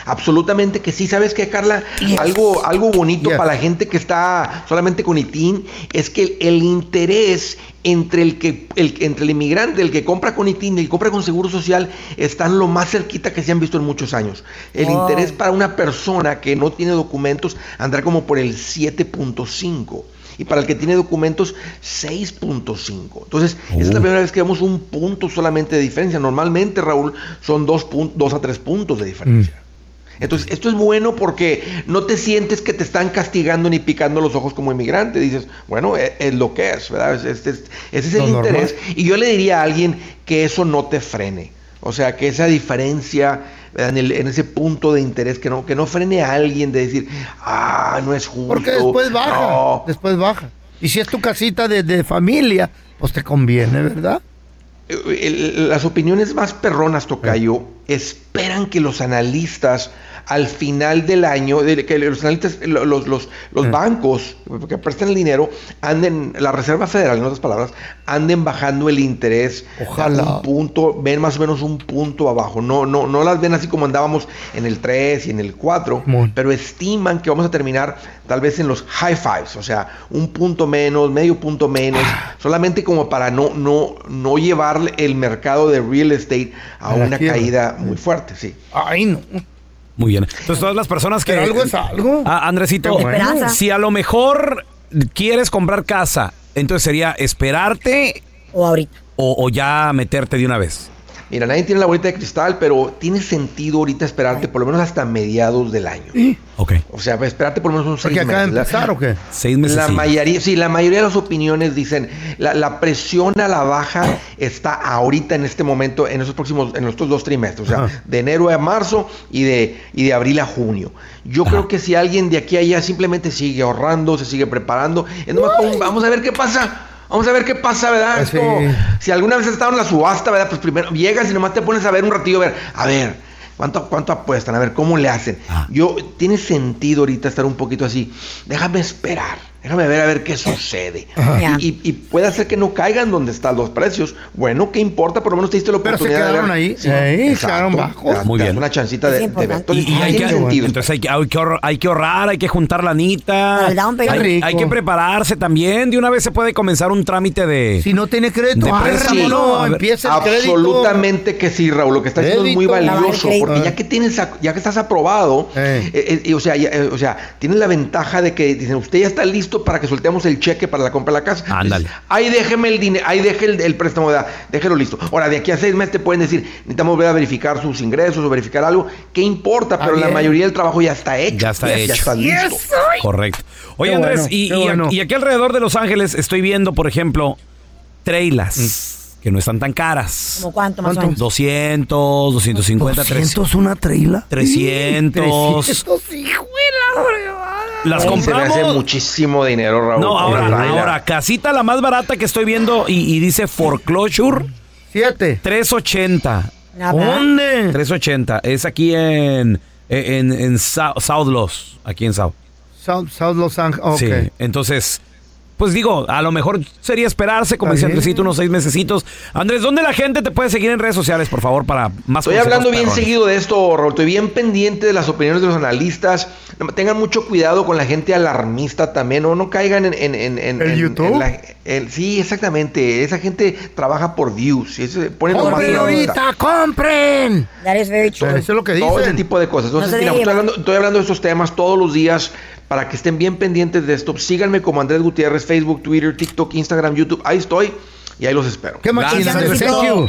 S21: Absolutamente que sí. ¿Sabes qué, Carla? Algo, algo bonito para la gente que está solamente con ITIN es que el, el interés entre el, que, el- entre el inmigrante, el que compra con ITIN y el que compra con Seguro Social están lo más cerquita que se han visto en muchos años. El
S4: Wow.
S21: interés para una persona que no tiene documentos andará como por el 7.5. Y para el que tiene documentos, 6.5. Entonces, esa es la primera vez que vemos un punto solamente de diferencia. Normalmente, Raúl, son dos, pun- dos a tres puntos de
S1: Mm.
S21: diferencia. Entonces, esto es bueno porque no te sientes que te están castigando ni picando los ojos como inmigrante. Dices, bueno, e- es, lo que es, ¿verdad? Es- es- es- ese es el
S4: Lo normal.
S21: interés. Y yo le diría a alguien que eso no te frene. O sea, que esa diferencia ¿verdad? en, el- en ese punto de interés, que no, que no frene a alguien de decir, ah, no es justo.
S2: Porque después baja.
S21: no".
S2: Después baja. Y si es tu casita de, de familia, pues te conviene, ¿verdad?
S21: Eh, el- las opiniones más perronas, Tocayo, esperan que los analistas al final del año, de- que los analistas, lo- los, los, los bancos que prestan el dinero, anden, la Reserva Federal, en otras palabras, anden bajando el interés. Ojalá. Un punto, ven más o menos un punto abajo. No, no, no las ven así como andábamos en el 3 y en el 4, pero estiman que vamos a terminar tal vez en los high fives, o sea, un punto menos, medio punto menos, solamente como para no, no, no llevar el mercado de real estate a,
S1: A la
S21: una
S1: quiebra.
S21: caída muy fuerte, sí.
S2: Ay, no.
S1: Muy bien. Entonces, todas las personas que. Ah,
S21: Pero algo es
S2: algo.
S1: Andresito,
S21: Bueno. Esperanza.
S1: si a lo mejor quieres comprar casa, entonces sería esperarte.
S3: O ahorita.
S1: O, ya meterte de una vez.
S21: Mira, nadie tiene la bolita de cristal, pero tiene sentido ahorita esperarte por lo menos hasta mediados del año.
S1: Ok.
S21: O sea, esperarte por lo menos unos
S2: Porque
S21: seis meses.
S2: acaba de
S21: La-
S2: empezar o qué?
S1: Seis
S21: La mayoría, sí, la mayoría de las opiniones dicen la, la presión a la baja está ahorita en este momento, en esos próximos, en estos dos trimestres, o sea, de enero a marzo y de, y de abril a junio. Yo creo que si alguien de aquí a allá simplemente sigue ahorrando, se sigue preparando, es nomás como un- vamos a ver qué pasa. Vamos a ver qué pasa, ¿verdad? Es
S4: Sí.
S21: como, si alguna vez has estado en la subasta, ¿verdad? Pues primero llegas y nomás te pones a ver un ratillo, a ver, a ver, ¿Cuánto, ¿Cuánto apuestan? A ver, ¿cómo le hacen?
S2: Ah.
S21: Yo, tiene sentido ahorita estar un poquito así. Déjame esperar. Déjame ver a ver qué sucede.
S2: Ajá. Ya.
S21: Y, y- y puede hacer que no caigan donde están los precios. Bueno, ¿qué importa? Por lo menos te diste la
S2: Pero se
S21: oportunidad de
S2: quedaron
S21: ver.
S2: ahí.
S21: Sí,
S2: Ahí,
S21: exacto.
S2: quedaron bajos.
S21: Ya,
S1: Muy
S21: te das
S1: bien.
S21: Una chancita de, de ver.
S1: Y, y hay que, entonces hay que, hay que ahorrar, hay que ahorrar, hay que juntar la nita.
S21: Al down payment.
S1: Hay,
S21: Rico.
S1: hay que prepararse también. De una vez se puede comenzar un trámite de.
S2: Si no tiene crédito, Ah,
S1: de préstamo,
S21: ¡ah, no,
S1: A ver.
S21: Absolutamente que sí, Raúl. Lo que está diciendo es muy
S1: Crédito. Ah.
S21: valioso,
S1: Crédito.
S21: porque ya que tienes, ac- ya que estás aprobado, eh, eh, y, o sea, ya, eh, o sea, tienes la ventaja de que dicen, usted ya está listo para que soltemos el cheque para la compra de la casa.
S1: Ándale.
S21: Dices, Ahí déjeme el dinero, ahí deje el, el préstamo, ¿verdad? déjelo listo. Ahora, de aquí a seis meses te pueden decir, necesitamos volver a verificar sus ingresos o verificar algo. ¿Qué importa? Pero la
S1: Ah, bien.
S21: mayoría del trabajo ya está hecho.
S1: Ya está hecho.
S21: Ya está listo.
S1: Correcto. Oye,
S21: Qué
S1: Andrés,
S21: bueno,
S1: y,
S21: qué
S1: y-
S21: bueno.
S1: y aquí alrededor de Los Ángeles estoy viendo, por ejemplo,
S21: Mm.
S1: trailas que no están tan caras.
S3: ¿Como cuánto más o menos?
S1: 200, 250,
S2: 200 una traila?
S1: 300.
S2: 300,
S1: Las
S21: Sí, Se me hace
S1: compramos.
S21: muchísimo dinero, Raúl.
S1: No, ahora,
S21: Una traila.
S1: ahora, casita la más barata que estoy viendo y, y dice foreclosure.
S2: 7.
S1: 380.
S3: Nada. ¿Dónde?
S1: 380. Es aquí en, en, en Sou- South Los. Aquí en South.
S2: South, South Los Ángeles. ok.
S1: Sí, entonces, pues digo, a lo mejor sería esperarse, como dice
S21: Está bien.
S1: Andresito, unos seis mesecitos. Andrés, ¿dónde la gente te puede seguir en redes sociales, por favor, para más
S21: Estoy
S1: consejos
S21: hablando bien
S1: perrones?
S21: seguido de esto, Raúl. Estoy bien pendiente de las opiniones de los analistas. No, Tengan mucho cuidado con la gente alarmista también. No, no caigan en... en, en, en-
S2: ¿El
S21: en-
S2: YouTube?
S21: en la- el- sí, exactamente. Esa gente trabaja por views. y eso- ponen nomás
S2: ¡Compren
S21: una cosa.
S2: ahorita! ¡Compren!
S3: That is very true.
S2: Eso es lo que
S21: Todo ese
S2: dicen.
S21: tipo de cosas. Entonces,
S2: No se
S21: mira,
S2: dejen.
S21: estoy hablando, estoy hablando de estos temas todos los días para que estén bien pendientes de esto. Síganme como Andrés Gutiérrez, Facebook, Twitter, TikTok, Instagram, YouTube. Ahí estoy y ahí los espero.
S2: ¡Qué máquina! Thank you.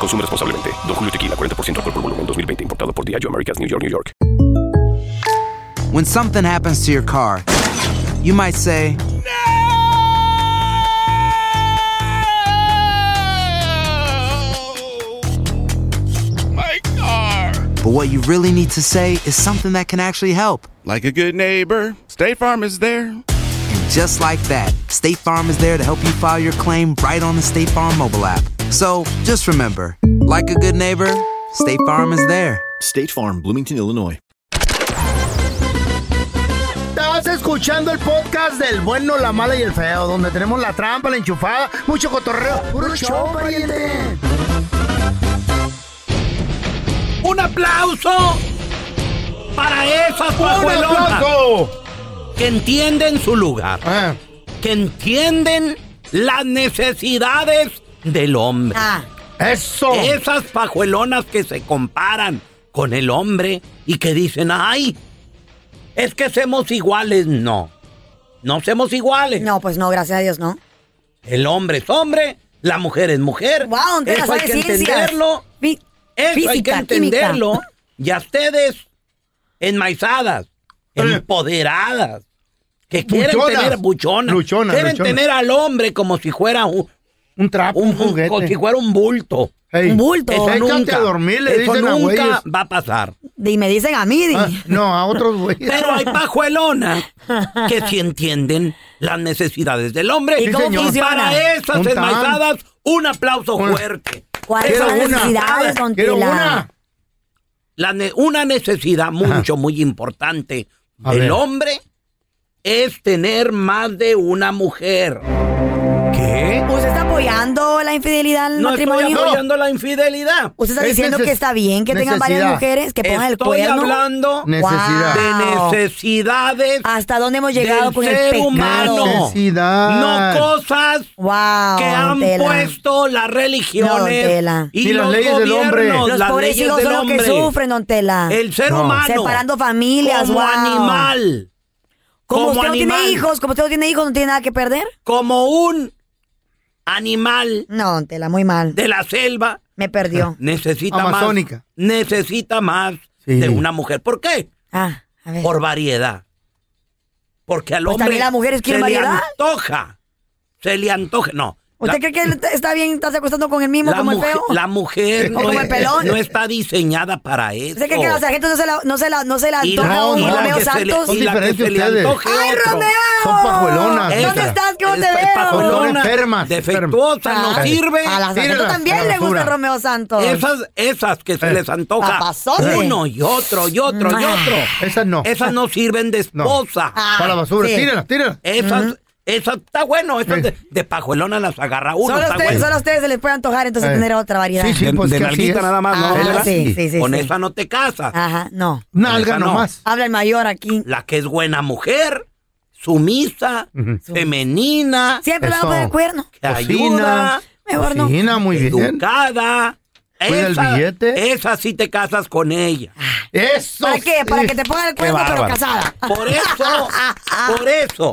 S6: Consume responsablemente. Don Julio Tequila 40% alcohol por volumen 2020 importado por Diageo Americas New York, New York.
S19: When something happens to your car, you might say, No!
S4: My car.
S19: But what you really need to say is something that can actually help.
S4: Like a good neighbor, State Farm is there.
S19: And just like that, State Farm is there to help you file your claim right on the State Farm mobile app. So just remember, like a good neighbor, State Farm is there.
S5: State Farm, Bloomington, Illinois.
S2: Estás escuchando el podcast del bueno, la mala y el feo, donde tenemos la trampa, la enchufada, mucho cotorreo. ¡Puro show, pariente!
S18: ¡Un aplauso! Para esas pajuelonas que entienden su lugar, que entienden las necesidades del hombre.
S3: Ah,
S2: ¡Eso!
S18: Esas pajuelonas que se comparan con el hombre y que dicen, ay, es que somos iguales. No, no somos iguales.
S3: No, pues no, gracias a Dios, ¿no?
S18: El hombre es hombre, la mujer es mujer.
S3: Wow, ¿dónde las
S18: Eso hay
S3: hay
S18: que
S3: ciencias?
S18: entenderlo.
S3: Fi-
S18: Eso hay que
S3: física, química.
S18: entenderlo. Y a ustedes, enmaizadas, empoderadas, que quieren
S2: Buchonas.
S18: tener buchonas,
S2: Luchonas,
S18: quieren
S2: luchonas.
S18: tener al hombre como si fuera un,
S2: un trapo,
S18: un, juguete. Como si fuera un bulto.
S2: Ey.
S18: Un bulto.
S2: Échate
S18: Eso
S2: a
S18: nunca,
S2: dormir, le
S18: eso
S2: dicen a güeyes.
S18: nunca va a pasar.
S3: Y me dicen a mí, di.
S2: no, a otros güeyes.
S18: Pero hay pajuelonas que sí entienden las necesidades del hombre.
S2: Sí,
S18: Y como
S2: señor.
S18: para esas
S2: Un tan.
S18: enmaizadas, un aplauso
S2: Una.
S18: fuerte.
S3: ¿Cuáles
S18: Esa
S3: son las
S18: una.
S3: necesidades, don
S18: Quiero
S3: Tela?
S18: una. La ne- una necesidad mucho, muy importante
S2: A
S18: del
S2: ver.
S18: hombre es tener más de una mujer. ¿Qué?
S3: ¿Usted está apoyando la infidelidad al
S1: No
S3: matrimonio?
S1: estoy apoyando la infidelidad.
S3: ¿Usted está diciendo que está bien que tengan varias mujeres, que pongan el
S1: Estoy
S3: cuerno? Ah,
S1: hablando
S3: Necesidad. Wow.
S1: de necesidades.
S3: ¿Hasta dónde hemos llegado
S1: del
S3: con el
S1: ser
S3: pecado?
S1: humano.
S3: Necesidad.
S1: No cosas que han
S3: Tela.
S1: puesto las religiones
S3: Don Tela.
S1: y, los gobiernos,
S3: Los
S1: las
S3: pobres
S1: leyes
S3: hijos
S1: del
S3: son los que
S1: hombre.
S3: sufren, don Tela.
S1: El ser No. humano.
S3: Separando familias,
S1: Como
S3: wow.
S1: animal.
S3: Como,
S1: Como
S3: usted no
S1: animal.
S3: tiene hijos, como usted no tiene hijos, no tiene nada que perder.
S1: Como un animal.
S3: No, don Tela, muy mal.
S1: De la selva.
S3: Me perdió.
S1: Necesita
S3: Amazónica.
S1: más. Necesita más de una mujer. ¿Por qué?
S3: Ah, a ver.
S1: Por variedad. Porque al
S3: Pues
S1: hombre
S3: también las mujeres
S1: se
S3: quieren
S1: le
S3: variedad.
S1: antoja. Se le antoja. No.
S3: ¿Usted
S1: la-
S3: cree que él está- está bien estarse acostando con el mismo
S1: la
S3: como el
S1: mujer,
S3: feo?
S1: la mujer
S3: ¿O
S1: no,
S3: como el
S1: es-
S3: pelón?
S1: no está diseñada para eso.
S3: ¿Usted cree que los sargentos no se la, no se la, no se la
S1: Y
S3: toca
S1: la-
S3: un
S1: y la
S3: Romeo
S1: que se le- Oh,
S3: Santos?
S1: y la que se le antoje
S3: ¡Ay,
S1: otro.
S3: Romeo!
S1: Son pajuelonas,
S3: ¿Dónde
S1: hija.
S3: estás? ¿Cómo te
S1: Es- es
S3: veo?
S1: pajuelona, defectuosa, no
S3: Ah,
S1: sirve.
S3: A las sargentos también le gusta Romeo Santos.
S1: Esas, esas que se
S3: Eh.
S1: les antoja
S3: Papazote.
S1: uno y otro y otro y
S3: Ah.
S1: otro. Esas no. Esas no sirven de esposa.
S3: Ah, Para la basura, sí. tírala,
S1: tírala. Esas, esas, está bueno, esas de, de pajuelona las agarra uno,
S3: solo,
S1: está
S3: ustedes,
S1: bueno.
S3: solo a ustedes se les puede antojar entonces
S1: Eh.
S3: tener otra variedad.
S1: de, de nalguita nada más, ¿no?
S3: Ah,
S1: ¿Verdad?
S3: sí, sí, sí.
S1: Con
S3: sí.
S1: esa no te casas.
S3: Ajá, no.
S1: Nalga Esa no. nomás.
S3: Habla el mayor aquí.
S1: La que es buena mujer, sumisa, femenina.
S3: Siempre la va a poner cuerno.
S1: Que
S3: Cocina,
S1: ayuda.
S3: mejor no.
S1: Cocina muy bien. Educada.
S3: Cuida el
S1: billete. Esa sí te casas con ella.
S2: Eso.
S3: ¿Para qué? Para que te pongan el
S1: Qué
S3: cuerno, pero
S1: bárbaro.
S3: casada. Ah.
S1: Por eso, por eso,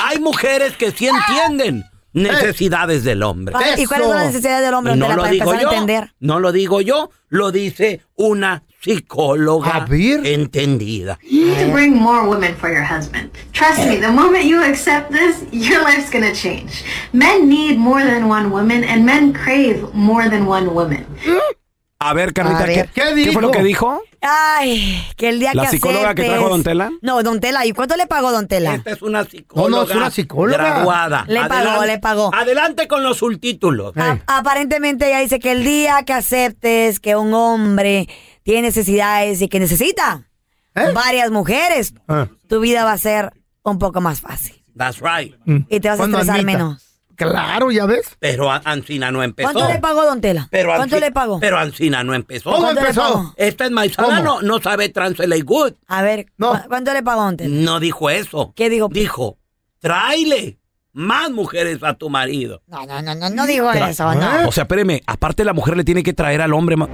S1: hay mujeres que sí entienden necesidades del hombre.
S3: Ay, ¿Y cuáles son las necesidades del hombre?
S1: Y
S3: Antela,
S1: no lo
S3: para
S1: digo
S3: empezar a
S1: yo,
S3: entender?
S1: no lo digo yo, lo dice una psicóloga entendida.
S7: You need to bring more women for your husband. Trust me, the moment you accept this, your life's gonna change. Men need more than one woman, and men crave more than one woman.
S3: Mm.
S14: A ver, Carlita,
S3: A ver.
S14: ¿qué, qué fue lo que dijo?
S3: Ay, que el día
S14: ¿La
S3: que
S14: psicóloga que
S3: aceptes-
S14: trajo Don Tela?
S3: No, Don Tela. ¿Y cuánto le pagó Don Tela?
S1: Esta es una psicóloga. Graduada.
S3: Le pagó,
S1: Adelante-
S3: le pagó.
S1: Adelante con los subtítulos.
S3: Aparentemente ella dice que el día que aceptes que un hombre tiene necesidades y que necesita
S1: ¿Eh?
S3: varias mujeres, tu vida va a ser un poco más fácil.
S1: That's right.
S3: Y te vas a
S1: Cuando
S3: estresar
S1: admita.
S3: menos.
S1: Claro, ya ves. Pero a- Ancina no empezó.
S3: ¿Cuánto le pagó Don Tela?
S1: Pero
S3: ¿Cuánto
S1: Anci-
S3: le pagó?
S1: Pero Ancina no empezó.
S3: ¿Cómo ¿Cuánto le empezó? pagó?
S1: Esta es maizada, no, no sabe translate good.
S3: A ver, ¿cu- ¿cuánto le pagó Don Tela?
S1: No dijo eso. ¿Qué dijo? Dijo, tráele más mujeres a tu marido.
S3: No, no, no, no, no digo eso,
S2: ¿eh?
S14: Ah,
S3: no.
S14: O sea, espéreme, aparte la mujer le tiene que traer al hombre. ma-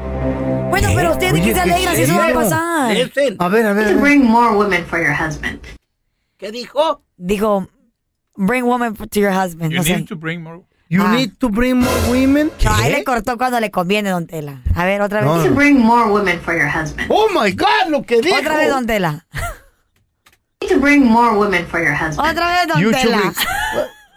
S3: Bueno, pero usted
S14: Oye,
S3: que se
S14: ¿qué
S3: alegra si eso va a
S14: serio?
S3: pasar.
S1: A
S3: ver,
S7: You
S3: a
S7: need to bring more women for your husband.
S1: ¿Qué dijo?
S3: Dijo, bring woman to your husband. no sé.
S22: to bring more.
S3: You
S7: need
S3: to bring more women. No, ahí le cortó cuando le conviene, don Tela. A ver, otra vez.
S7: You need to bring more women for your husband.
S2: Oh my God, lo que dijo.
S3: Otra vez, don Tela.
S7: You need to bring more women for your husband.
S3: Otra vez, don
S7: YouTube
S3: Tela.
S7: is-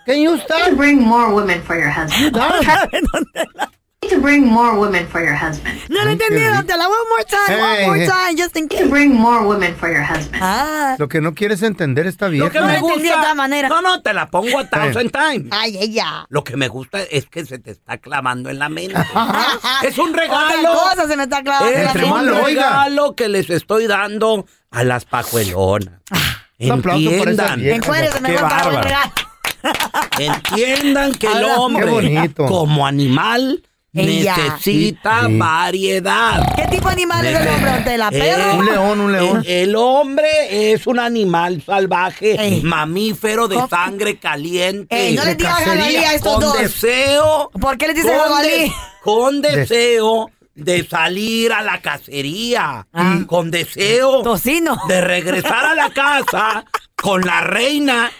S7: Can you stop? You need to bring more women for your husband. Otra
S3: vez, don
S7: Tela. You need to bring more women for your husband.
S3: No lo entendí, don Tela. One more time, one
S7: Hey,
S3: more
S7: hey.
S3: time, just
S7: You need
S3: in
S7: to
S3: case.
S7: bring more women for your husband.
S3: Ah,
S2: Lo que no quieres entender está bien.
S1: Lo que me gusta. No, no, te la pongo
S2: Eh.
S1: a thousand times.
S3: ay, ella.
S1: Lo que me gusta es que se te está clavando en la mente.
S3: Ah,
S1: es un regalo.
S3: Otra cosa se me está clavando. en la
S1: Es
S3: mente.
S1: un regalo que les estoy dando a las pajuelonas.
S2: Ah. Un aplauso para esas
S1: Entiendan.
S2: viejas. Encuérdese, me Qué voy a acabar de bárbaro. regalar.
S1: Entiendan que el
S2: Ahora, qué
S1: hombre,
S2: bonito.
S1: como animal,
S3: Ella.
S1: necesita
S3: Sí, sí.
S1: variedad. eh,
S3: ¿Qué tipo de animal es el hombre, don Tela? ¿Perro?
S1: un león. El, hombre es un animal salvaje, mamífero de sangre caliente.
S3: Ey, no les
S1: De
S3: digas
S1: cacería,
S3: jabalí a estos
S1: con
S3: dos.
S1: deseo.
S3: ¿Por qué les dices
S1: con
S3: jabalí?
S1: de- Con deseo de salir a la cacería.
S3: Ah.
S1: Con deseo. De regresar a la casa con la reina.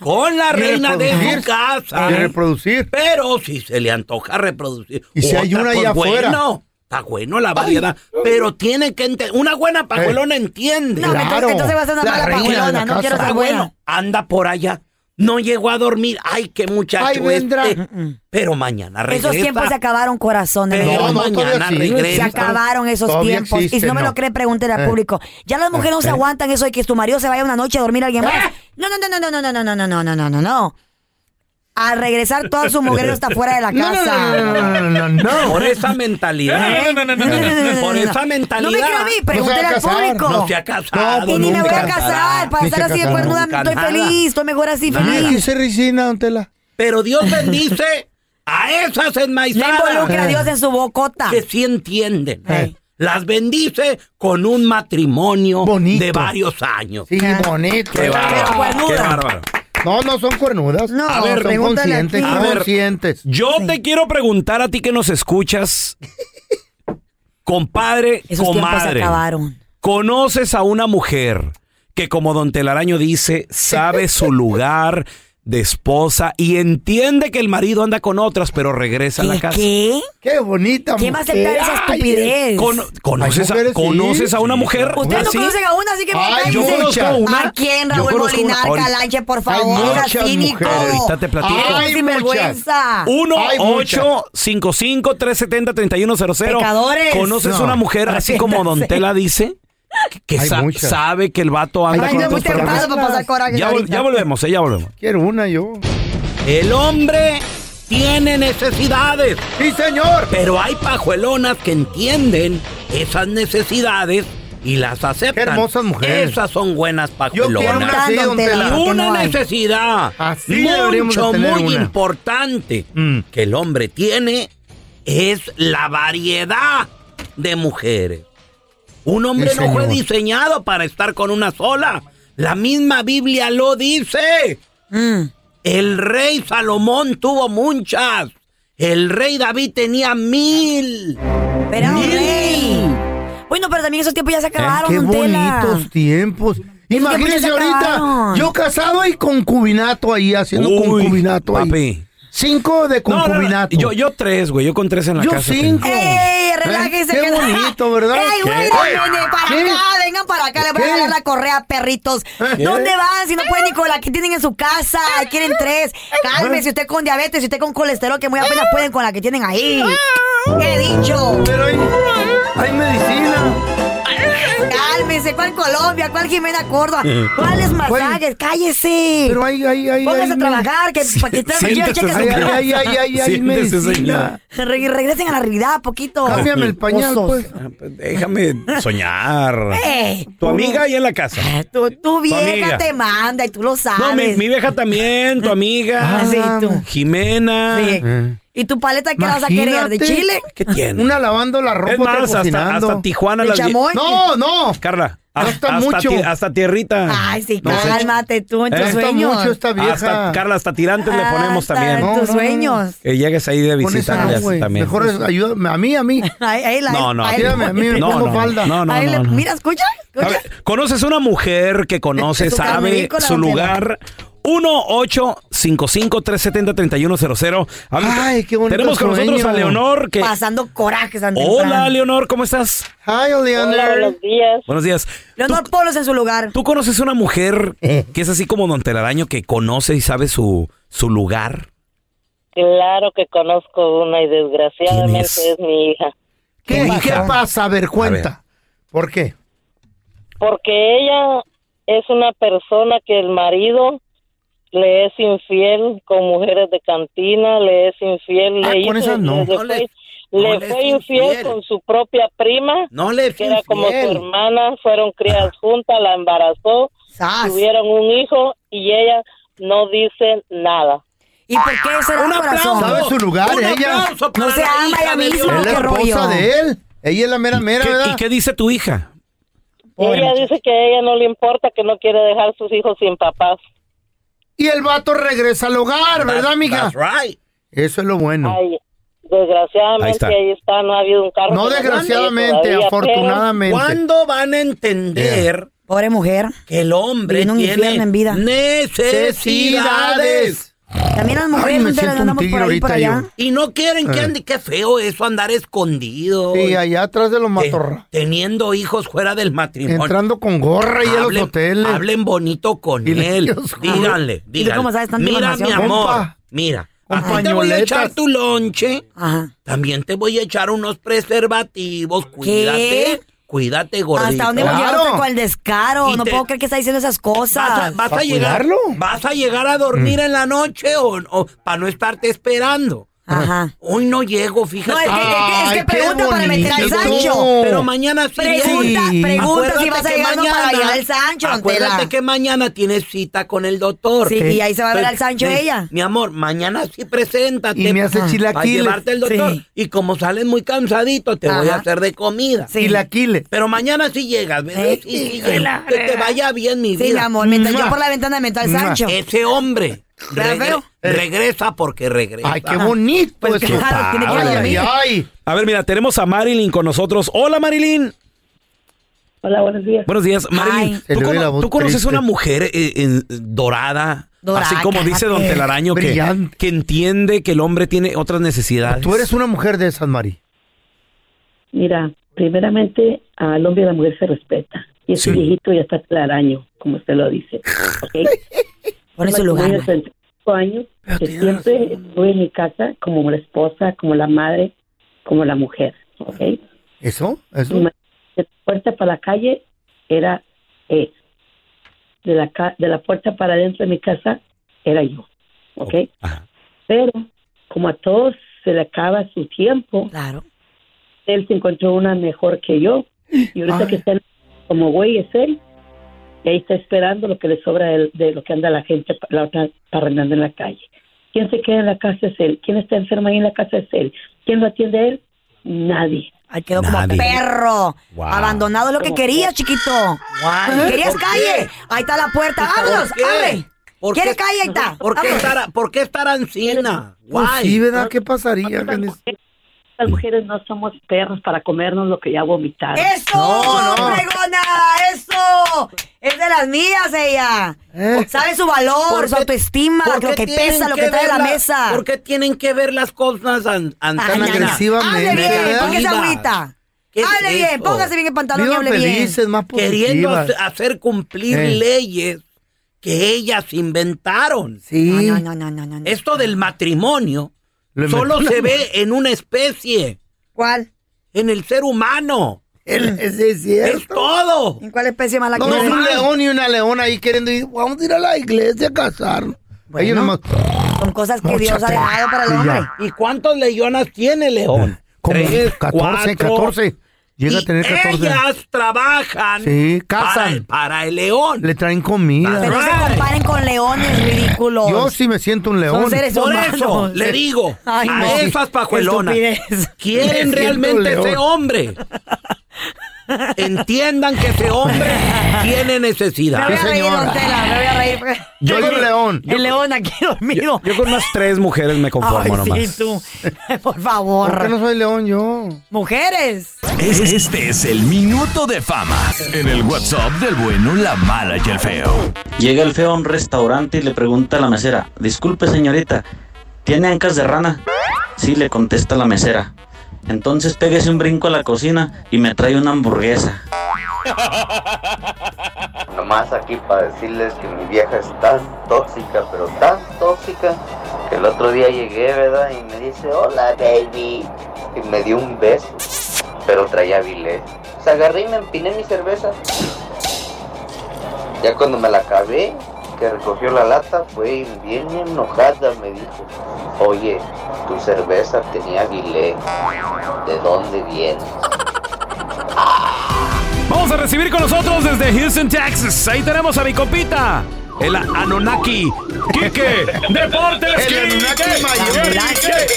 S1: Con la
S2: Y
S1: reina de su
S2: reproducir,
S1: casa.
S2: y reproducir.
S1: Pero si se le antoja reproducir.
S2: Y si hay
S1: otra,
S2: una
S1: pues
S2: allá afuera.
S1: bueno, Está bueno la variedad, pero tiene que entender. Una
S2: Eh.
S1: buena pajuelona entiende.
S3: No, entonces- Claro. entonces va a ser una La mala reina de la pajuelona, no casa. quiero ser
S1: Ah,
S3: buena.
S1: bueno, anda por allá. No llegó a dormir. Ay, qué muchacho
S3: Ahí vendrá. Mm,
S1: este. Pero mañana regresa.
S3: Esos tiempos se acabaron, corazón. de
S1: Pero
S3: verdad.
S1: no, todavía
S3: Mañana
S1: sí.
S3: Se
S1: regresa.
S3: acabaron esos
S1: Todavía
S3: tiempos. y si
S1: existe,
S3: no me lo
S1: no.
S3: cree, pregúntele al
S1: Eh.
S3: público. Ya las mujeres no se
S1: Eh.
S3: aguantan eso de que tu marido se vaya una noche a dormir a alguien más. No, no, no, no, no, no, no, no, no, no, no, no, no, no. Al regresar, toda su mujer no está fuera de la casa.
S1: Por esa mentalidad.
S3: ah, No, no, no, no, no, no, no,
S1: Por
S3: Eh, no.
S1: esa mentalidad.
S3: No me creo a pues mí, pregúntele al público.
S1: No se ha casado.
S3: y ni me voy
S1: nunca
S3: a casar.
S1: casará.
S3: Para estar así de cuernuda, estoy feliz, estoy mejor así,
S2: Mira,
S3: feliz.
S2: aquí se resina, don Tela.
S1: Pero Dios bendice a esas enmaizadas.
S3: No involucra a Dios en
S1: su bocota. Que sí entienden.
S3: Eh.
S1: Las bendice con un matrimonio de varios años.
S2: Sí, bonito.
S1: Qué bárbaro, qué bárbaro.
S2: No, no son cuernudas. No,
S1: A ver,
S2: son
S1: pregúntale
S2: conscientes,
S1: a ti. A ver,
S2: conscientes.
S14: Yo te quiero preguntar a ti que nos escuchas, compadre,
S3: Esos tiempos se
S14: comadre.
S3: acabaron.
S14: ¿Conoces a una mujer que, como Don Telaraño dice, sabe su lugar de esposa y entiende que el marido anda con otras, pero regresa a la casa?
S3: ¿Qué?
S2: Qué bonita
S3: ¿Quién va a aceptar
S2: mujer.
S3: esa
S2: Ay,
S3: estupidez?
S14: Cono- ¿Conoces,
S2: Hay mujeres,
S14: a, conoces
S2: sí.
S14: a una mujer ¿Ah,
S3: Ustedes
S1: ¿Ah,
S3: no
S14: así?
S3: conocen a una, así que
S14: Ay,
S3: me
S14: yo conozco a una.
S3: ¿A quién,
S14: Yo
S3: Raúl
S14: conozco una.
S3: Molinar,
S14: Ahorita-
S3: Calanche, por favor?
S14: Hay
S3: sea
S14: muchas
S3: cínico.
S14: mujeres. Ahorita te platico.
S3: Ay,
S14: Hay
S2: Ah.
S3: sinvergüenza.
S14: 1
S3: Hay muchas.
S14: 855 370 3100
S3: Pecadores.
S14: ¿Conoces
S3: No.
S14: una mujer así como Don
S3: Arrepiéntanse.
S14: Tela dice? Que
S2: Hay
S14: sa-
S2: muchas.
S14: sabe que el vato anda
S2: Ay,
S14: con
S2: no, muy
S14: otras
S2: temprano
S14: personas.
S2: para pasar coraje
S14: Ya, vol-
S2: ahorita.
S14: ya volvemos, eh, ya volvemos.
S2: Quiero una yo.
S1: El hombre tiene necesidades.
S2: Sí, señor.
S1: Pero hay pajuelonas que entienden esas necesidades y las aceptan.
S2: Qué hermosas mujeres.
S1: Esas son buenas pajuelonas.
S2: quiero una así, don Tela.
S1: Y
S2: Porque no
S1: una
S2: hay.
S1: necesidad
S2: Así deberíamos de
S1: mucho,
S2: tener
S1: muy
S2: una. Mm.
S1: importante que el hombre tiene es la variedad de mujeres. Un hombre
S2: Sí,
S1: no fue
S2: señor.
S1: diseñado para estar con una sola. La misma Biblia lo dice.
S3: Mm.
S1: El rey Salomón tuvo muchas. El rey David tenía mil.
S3: Pero rey. Bueno, pero también esos tiempos ya se acabaron,
S2: Qué
S3: don Tela.
S2: bonitos tiempos.
S3: que
S2: Imagínense
S3: ya se
S2: ahorita,
S3: acabaron.
S2: yo casado y concubinato ahí, haciendo
S14: Uy,
S2: concubinato ahí.
S14: papi.
S2: Cinco de
S14: No, no, no,
S2: concubinato.
S14: Yo, yo tres, güey. Yo con tres en la
S2: Yo
S14: casa.
S2: cinco.
S3: ¡Ey, relájense!
S2: Qué
S3: que-
S2: bonito, ¿verdad?
S3: ¡Ey, güey,
S2: ¿Qué?
S3: vengan para
S2: ¿Qué?
S3: acá! ¡Vengan para acá! ¡Le voy
S2: ¿Qué? ¿Eh?
S3: a dar la correa, perritos!
S2: ¿Qué?
S3: ¿Dónde van? Si no pueden ni con la que tienen en su casa. Quieren tres. Cálmese, usted con diabetes, si usted con colesterol, que muy apenas pueden con la que tienen ahí. ¡Qué dicho!
S2: Pero hay, hay medicina.
S3: Cálmese, ¿cuál Colombia? ¿Cuál Jimena Córdoba? ¿Cuáles masajes? ¡Cállese! Pero
S2: hay, hay, hay.
S3: Póngase
S2: hay-
S3: a trabajar, que para que
S2: Sí,
S3: traen ya cheques.
S2: Ay, ay, ay, ay, ay, ay,
S14: Siéntese,
S2: medicina.
S3: Re- regresen a la realidad, poquito.
S2: Cámbiame el pañal,
S3: Osos. Eh.
S2: pues.
S1: Ah,
S14: Déjame soñar.
S3: Ey.
S14: Tu amiga ahí en la casa.
S3: Tu, tu vieja
S14: amiga.
S3: te manda y tú lo Ah, sabes.
S14: No, mi, mi vieja también, tu amiga.
S3: Ah, sí, tú.
S14: Jimena.
S3: ¿Y tu paleta qué la vas a querer? ¿De
S2: Imagínate.
S3: Chile?
S14: ¿Qué tiene?
S2: Una lavando la ropa,
S14: Es más,
S2: otra
S14: hasta-
S2: cocinando.
S14: hasta Tijuana ¿De las die- chamoy?
S2: No, no.
S14: Carla. a-
S2: Hasta mucho.
S14: ti- hasta tierrita.
S3: Ay, sí,
S14: No sé.
S3: cálmate tú en
S14: Eh,
S3: tus
S14: está
S3: sueños.
S14: mucho esta vieja. Hasta- Carla, hasta tirantes le ponemos
S3: Hasta
S14: también.
S3: en
S14: No,
S3: tus
S14: no, no.
S3: sueños.
S14: Que llegues ahí de
S2: Con esa
S14: visita.
S2: no,
S14: le haces
S2: güey.
S14: también.
S2: Mejor es- ayúdame a mí, a mí.
S3: Ahí, ahí la
S14: No, no.
S3: ahí
S14: Mírame, a mí me
S3: le-
S14: pongo
S3: ahí
S14: falda. No, no,
S3: ahí
S14: no,
S3: le-
S14: no.
S3: Mira, escucha. escucha.
S14: ¿Conoces una mujer que conoce,
S3: Su
S14: sabe
S3: cavernícola,
S14: su
S3: don Tela.
S14: lugar? 1-855-370-3100. A ver,
S2: Ay, qué bonito
S14: Tenemos con nosotros
S2: sueño.
S14: a Leonor. Que...
S3: Pasando corajes antes.
S14: Hola, Leonor, ¿cómo estás?
S2: Hi, Leonor.
S3: días.
S14: Buenos días.
S3: Leonor Polos en su lugar.
S14: ¿Tú conoces una mujer
S2: Eh.
S14: que es así como Don Telaraño, que conoce y sabe su, su lugar?
S23: Claro que conozco una y
S14: ¿Quién
S23: desgraciadamente
S14: es?
S23: es? mi hija.
S2: ¿Qué, qué pasa? A ver, cuenta. ¿Por qué?
S23: Porque ella es una persona que el marido le es infiel con mujeres de cantina, le es infiel,
S2: Ah,
S23: le,
S2: con
S23: hizo-
S2: esas no.
S23: le
S2: No
S23: fue,
S2: no
S23: le
S2: le
S23: fue
S2: es
S23: infiel,
S2: infiel.
S23: con su propia prima,
S2: No le es
S23: que era como su
S2: infiel. Ah.
S23: hermana, fueron criadas juntas, la embarazó, tuvieron un hijo y ella no dice nada.
S3: ¿Y por qué será
S23: Un aplauso.
S3: corazón?
S2: ¿Sabe su lugar, ella?
S3: No se ama ella misma,
S2: Es la
S3: qué
S2: esposa
S3: rollo.
S2: de él. Ella es la mera mera,
S14: ¿Qué-
S2: ¿verdad?
S14: ¿Y qué dice tu hija?
S23: Ella dice que a ella no le importa, que no quiere dejar sus hijos sin papás.
S2: Y el vato regresa al hogar, ¿verdad, mija? Eso es lo bueno.
S23: Ay, desgraciadamente
S2: Ahí
S23: ahí
S2: está.
S23: está. no ha habido un carro.
S2: No,
S23: que nos
S2: desgraciadamente,
S23: mande todavía,
S2: afortunadamente.
S1: ¿Cuándo van a entender?
S3: Pobre mujer.
S1: Que el hombre
S3: Viviendo un
S1: tiene
S3: infierno en vida.
S1: necesidades.
S3: También las mujeres,
S1: Ay, me
S3: don Tela,
S1: siento
S3: andamos
S1: un
S3: por
S1: tigre
S3: ahí, por
S1: ahorita
S3: allá.
S1: Y no quieren que
S2: Eh.
S1: ande, qué feo eso, andar escondido.
S2: Sí, allá atrás de los matorras.
S1: Teniendo hijos fuera del matrimonio.
S2: Entrando con gorra y a los
S1: Hablen-
S2: hoteles.
S1: Hablen bonito con él. Díganle,
S2: ¿Y tú
S1: díganle.
S2: cómo sabes tanta
S1: mira, mi
S2: información?
S1: amor,
S2: Compa.
S1: mira.
S2: Con
S1: aquí te voy a echar
S2: pañoletas.
S1: tu lonche.
S3: Ajá.
S1: También te voy a echar unos preservativos. Cuídate. Cuídate, gordito.
S3: ¿Hasta dónde hemos llegado con el descaro? No puedo creer que está diciendo esas
S1: Vas a,
S3: cosas.
S1: vas a llegar, vas a llegar a dormir en la noche o, para no estarte esperando.
S3: Ajá.
S1: Hoy no llego, fíjate.
S3: No, es que- es que- es que Ay, qué pregunta para meter al bonito. Sancho.
S1: Pero mañana sí.
S3: Pregunta-
S1: llego.
S3: pregunta si
S1: Acuérdate
S3: vas
S1: que
S3: llegando para llegar al Sancho, don
S1: Acuérdate
S3: Tela.
S1: que mañana tienes cita con el doctor.
S3: Sí, y ahí se va a ver
S1: Entonces,
S3: al Sancho
S1: mi-
S3: ella.
S1: Mi amor, mañana sí preséntate.
S2: Y me hace
S1: Ajá.
S2: chilaquiles.
S1: Para llevarte al doctor.
S2: Sí.
S1: Y como sales muy cansadito, te voy a
S2: Ajá.
S1: hacer de comida.
S2: Chilaquiles.
S1: Pero mañana sí llegas, ¿verdad?
S3: Sí.
S1: Sí, sí llegas. Que te vaya bien, mi
S3: Sí,
S1: vida.
S3: mi amor, mientras yo
S1: Mua.
S3: por la ventana meto al
S1: Mua.
S3: Sancho.
S1: Ese hombre regre-
S3: feo?
S1: regresa porque regresa.
S2: Ay, qué bonito.
S1: Pues
S2: eso.
S1: claro, tiene que
S2: Ay,
S1: dormir.
S2: ay, ay.
S14: A ver, mira, tenemos a Marilyn con nosotros. Hola, Marilyn.
S24: Hola, buenos días.
S14: Buenos días, Marilyn.
S2: Se le
S14: ¿Tú,
S2: ve
S14: cono-
S2: la voz
S14: tú conoces
S2: triste.
S14: una mujer eh, eh, dorada?
S2: Dorada,
S14: así como dice Don
S2: cállate.
S14: Telaraño, que,
S2: Brillante.
S14: que entiende que el hombre tiene otras necesidades.
S2: Tú eres una mujer de esas, Mari.
S24: Mira, primeramente al hombre y a la mujer se respeta. Y ese viejito ya está claraño, como usted lo dice. ¿ok?
S3: Pone su
S24: Yo
S3: lugar,
S24: tengo
S3: man.
S24: 35 años,
S2: Ah,
S24: que siempre estuve en mi casa como la esposa, como la madre, como la mujer. ¿ok?
S2: ¿Eso? ¿Eso?
S24: Mi ma- De la puerta para la calle era él. De la, ca- de la puerta para adentro de mi casa era yo. ¿Ok? Pero como a todos se le acaba su tiempo,
S3: claro.
S24: él se encontró una mejor que yo. Y ahorita que está como güey es él. Y ahí está esperando lo que le sobra del- de, lo que anda la gente, pa- la otra parrandando en la calle. ¿Quién se queda en la casa es él? ¿Quién está enfermo ahí en la casa es él? ¿Quién lo atiende a él? Nadie.
S3: Ahí quedó como perro. Abandonado es lo que
S24: Como
S3: querías, chiquito.
S24: Guay.
S3: ¿Querías
S24: ¿Por
S3: calle? Ahí está la puerta. ¡Vámonos!
S1: qué?
S3: ¡Abre!
S1: ¿Por
S3: ¿Quieres
S1: qué-
S3: calle? Ahí está.
S1: ¿Por qué
S3: Vámonos.
S1: estar, ¿por qué estar ansina?
S2: Pues
S1: Guay.
S2: sí, ¿verdad? ¿Qué pasaría?
S24: Las mujeres no somos perros para comernos lo que ya vomitaron.
S3: ¡Eso! fregona! ¡Eso! Es de las mías ella. Sabe su valor,
S1: ¿Por
S3: su
S1: qué-
S3: autoestima,
S1: por
S3: lo
S1: qué
S3: que
S1: tienen
S3: pesa, lo que trae a
S1: ver
S3: la mesa.
S1: ¿Por qué tienen que ver las cosas an-
S2: Tan
S1: antañas?
S2: agresivamente.
S3: Hable bien,
S2: ¿verdad?
S3: póngase agüita.
S1: ¿Qué es
S3: Hable bien,
S1: eso?
S3: póngase bien el pantalón y
S2: Vivan
S3: hable bien.
S2: felices, más
S1: Queriendo
S2: positivas.
S1: hace- hacer cumplir
S2: Eh.
S1: leyes que ellas inventaron.
S2: Sí.
S3: No, no, no, no, no, no.
S1: Esto del matrimonio
S2: Lo
S1: solo
S2: inventó
S1: se
S2: la
S1: ve en una especie.
S3: ¿Cuál? Mm.
S1: En el ser humano.
S2: Ese es
S1: Es
S2: cierto.
S1: todo.
S3: ¿En cuál especie más la
S2: No,
S3: quieres?
S2: un león y una leona ahí queriendo ir. Vamos a ir a la iglesia a casar. Ellos nomás-
S3: Son cosas que Dios ha
S2: Móchate.
S3: dejado para el
S2: Y ya.
S3: hombre.
S1: ¿Y cuántos leyonas tiene León?
S2: Ah, Como
S1: Tres,
S2: 14,
S1: cuatro.
S2: 14. Llega a
S1: Y
S2: tener 14.
S1: Ellas trabajan
S2: Sí,
S1: para,
S2: casan.
S1: el, para el león.
S2: Le traen comida.
S3: Pero no se comparen con leones ridículos.
S2: Yo sí me siento un león.
S3: Son seres
S1: Por
S3: humanos.
S1: eso le digo
S3: Ay,
S1: a
S3: no.
S1: esas pajuelonas
S3: Estupidez.
S1: quieren
S2: Me siento
S1: realmente
S2: león.
S1: ese hombre. Entiendan que ese hombre tiene necesidad.
S3: Me voy a reír,
S2: señora.
S3: don Tela, me voy a reír.
S2: Yo soy un león.
S3: El león aquí dormido.
S14: Yo con unas tres mujeres me conformo
S3: Ay,
S14: nomás.
S3: sí, tú. Por
S2: ¿Por qué
S3: favor.
S2: no soy león yo?
S3: Mujeres.
S12: Es- Este es el minuto de fama en el WhatsApp del bueno, la mala y el feo.
S20: Llega el feo a un restaurante y le pregunta a la mesera, disculpe señorita, ¿tiene ancas de rana? Sí, le contesta la mesera. Entonces pégese un brinco a la cocina y me trae una hamburguesa.
S18: Nomás aquí para decirles que mi vieja es tan tóxica, pero tan tóxica, que el otro día llegué, ¿verdad? Y me dice, hola, baby. Y me dio un beso, pero traía bilé. O sea, Pues agarré y me empiné mi cerveza. Ya cuando me la acabé, que recogió la lata, fue bien enojada, me dijo, oye, tu cerveza tenía bilé. ¿De dónde viene?
S14: Vamos a recibir con nosotros desde Houston, Texas. Ahí tenemos a mi compita, el Anonaki. ¡Quique! ¡Deportes!
S2: El Anunnaki
S14: Quique.
S2: mayor.
S14: ¡Quique!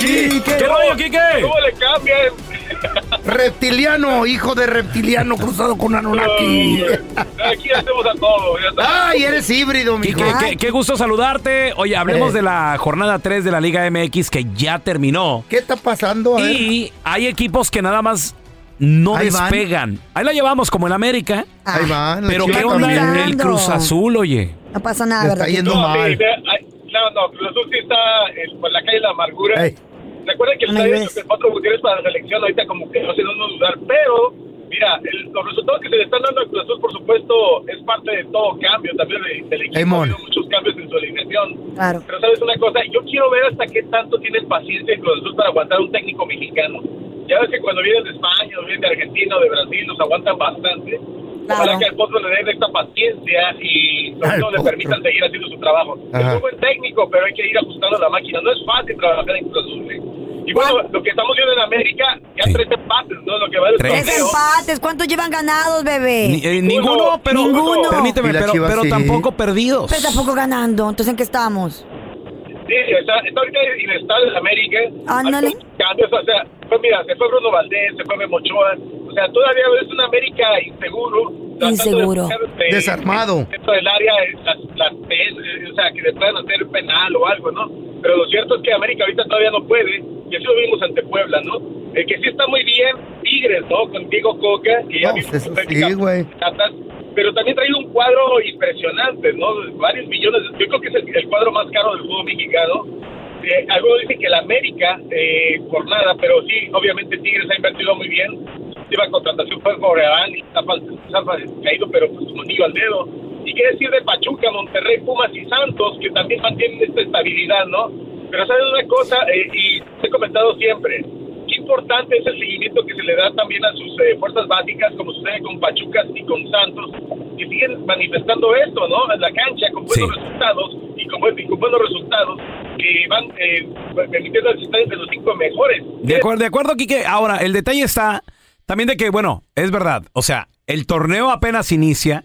S14: ¡Quique! ¡Quique! ¿Qué rollo, Quique?
S17: ¿Cómo le cambian?
S2: Reptiliano, hijo de reptiliano cruzado con Anunnaki.
S17: Aquí hacemos a todo. ya sabes.
S2: Ay, eres híbrido, mi
S14: Quique, qué, qué gusto saludarte. Oye,
S2: Eh.
S14: hablemos de la jornada 3 de la Liga MX que ya terminó.
S2: ¿Qué está pasando? A ver.
S14: Y hay equipos que nada más no
S2: Ahí van.
S14: despegan. Ahí la llevamos como el América.
S2: Ahí van. las
S14: Pero
S2: chivas
S14: ¿qué onda
S2: también.
S14: el- el Cruz Azul, oye?
S3: No pasa nada,
S2: Le
S3: ¿verdad?
S2: está yendo
S3: Tito?
S2: mal.
S17: Sí, ve, ay, No, no, Cruz Azul sí está eh, por la calle de la amargura.
S2: Ey.
S17: Recuerden que el
S3: No me
S17: estadio
S3: ves.
S17: de cuatro mujeres para la selección ahorita como que no se nos dudar, pero mira, el- los resultados que se le están dando a Cruz Azul, por supuesto, es parte de todo cambio también de- del equipo.
S2: Ey, mon.
S17: Ha habido muchos cambios en su alineación.
S3: Claro.
S17: Pero sabes una cosa, yo quiero ver hasta qué tanto tienen paciencia en Cruz Azul para aguantar un técnico mexicano. Ya ves que cuando vienen de España, o vienen de Argentina o de Brasil, los aguantan bastante. Ojalá que a Alfonso le den esta paciencia y sobre todo le permitan seguir haciendo su trabajo.
S21: Ajá.
S17: Es un buen técnico, pero hay que ir ajustando la máquina. No es fácil trabajar en Cruz Azul. ¿eh? Y bueno, lo que estamos viendo en América, ya tres empates, ¿no? Lo que va del
S3: Tres
S17: torneo.
S3: empates, ¿cuántos llevan ganados, bebé?
S1: Ni- eh, ninguno, pero
S3: Ninguno.
S1: permíteme, pero, pero tampoco perdidos.
S3: Pero tampoco ganando, entonces ¿en qué estamos?
S17: Sí, está, está ahorita inestable en América.
S3: Ándale.
S17: Hay cambios, o sea, pues mira, se fue Bruno Valdés, se fue Memochoa. O sea, todavía es una América inseguro. tratando
S2: Inseguro.
S17: buscar, eh,
S2: Desarmado.
S17: Dentro del área, eh, las, las PES, eh, o sea, que le puedan hacer penal o algo, ¿no? Pero lo cierto es que América ahorita todavía no puede, y así lo vimos ante Puebla, ¿no? El que sí está muy bien, Tigres, ¿no? Con Diego Coca, que ya vimos
S2: Eso
S17: que
S2: sí, güey.
S17: Atlas, pero también trae un cuadro impresionante, ¿no? Varios millones, yo creo que es el, el cuadro más caro del fútbol mexicano. Eh, algunos dicen que el América, eh, por nada, pero sí, obviamente Tigres ha invertido muy bien. La última contratación fue Gorrearán y está fal- está fal- caído, pero pues como anillo al dedo. Y qué decir de Pachuca, Monterrey, Pumas y Santos, que también mantienen esta estabilidad, ¿no? Pero sabes una cosa, Eh, y te he comentado siempre, qué importante es el seguimiento que se le da también a sus eh, fuerzas básicas, como sucede con Pachucas y con Santos, que siguen manifestando esto, ¿no? En la cancha, con buenos resultados, y con, buen- y con buenos resultados, que van eh, permitiendo al estado de los cinco mejores.
S1: De acuerdo, de acuerdo, Quique. Ahora, el detalle está también de que, bueno, es verdad. O sea, el torneo apenas inicia.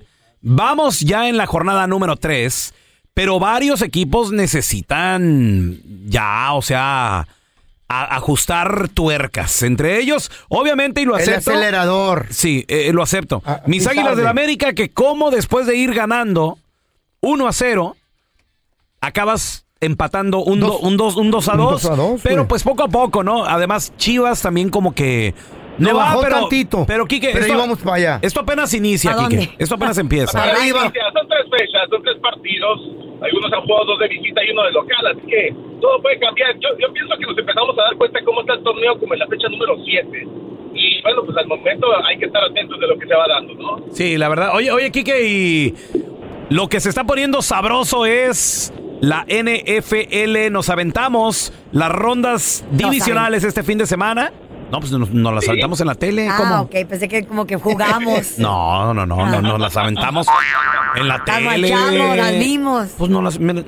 S1: Vamos ya en la jornada número 3. Pero varios equipos necesitan ya, o sea, a- ajustar tuercas. Entre ellos, obviamente, y lo
S2: El
S1: acepto.
S2: acelerador.
S1: Sí, eh, lo acepto. Mis
S2: sí
S1: Águilas
S2: sabe.
S1: del América, que como después de ir ganando 1 a 0, acabas empatando un 2 un dos, un dos a
S2: Un
S1: 2,
S2: dos a dos,
S1: pero
S2: güey.
S1: pues poco a poco, ¿no? Además Chivas también como que
S2: Le
S1: no va,
S2: bajó
S1: pero
S2: tantito,
S1: pero Quique,
S2: pero íbamos para allá.
S1: Esto apenas inicia,
S2: ¿A dónde?
S1: Quique. Esto apenas empieza.
S17: Apenas inicia, Son tres fechas, son tres partidos. Algunos han jugado dos de visita y uno de local, así que todo puede cambiar. Yo, yo pienso que nos empezamos a dar cuenta cómo está el torneo como en la fecha número 7. Y bueno, pues al momento hay que estar atentos de lo que se va dando, ¿no?
S1: Sí, la verdad. Oye, oye, Quique, y lo que se está poniendo sabroso es la NFL. Nos aventamos las rondas divisionales este fin de semana. No, pues nos, nos las aventamos en la tele.
S3: ah,
S1: ¿Cómo?
S3: ok, pensé que como que jugamos.
S1: No, no, no, no, nos las aventamos en la
S3: Las
S1: tele.
S3: machamos, las vimos.
S1: Pues no las, me-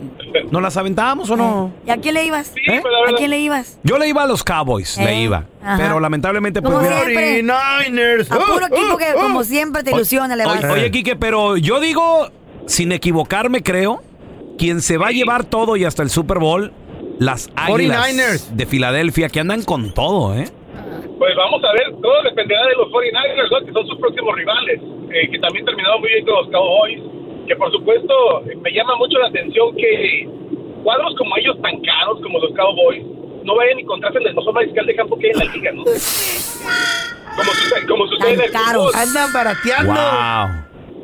S1: ¿no las aventamos o no.
S3: ¿Y a quién le ibas?
S1: ¿Eh? pero la
S3: ¿A
S1: verdad-
S3: quién le ibas?
S1: Yo le iba a los Cowboys, le
S3: Eh,
S1: iba.
S3: ajá.
S1: Pero lamentablemente, pues
S3: Como
S1: mira-
S3: siempre. A puro equipo que como siempre te ilusiona, le vas.
S1: Oye, oye, Quique, pero yo digo, sin equivocarme, creo, quien se va a llevar todo y hasta el Super Bowl, las Águilas
S17: 49ers.
S1: de Filadelfia, que andan con todo, ¿eh?
S17: Pues vamos a ver, todo dependerá de los 49ers, ¿no? que son sus próximos rivales, eh, que también terminaron muy bien con los Cowboys, que por supuesto eh, me llama mucho la atención que cuadros como ellos tan caros como los Cowboys no vayan y contraten el mejor mariscal de campo que hay en la liga, ¿no? Como, sucede- como sucede en el fútbol.
S2: Andan barateando.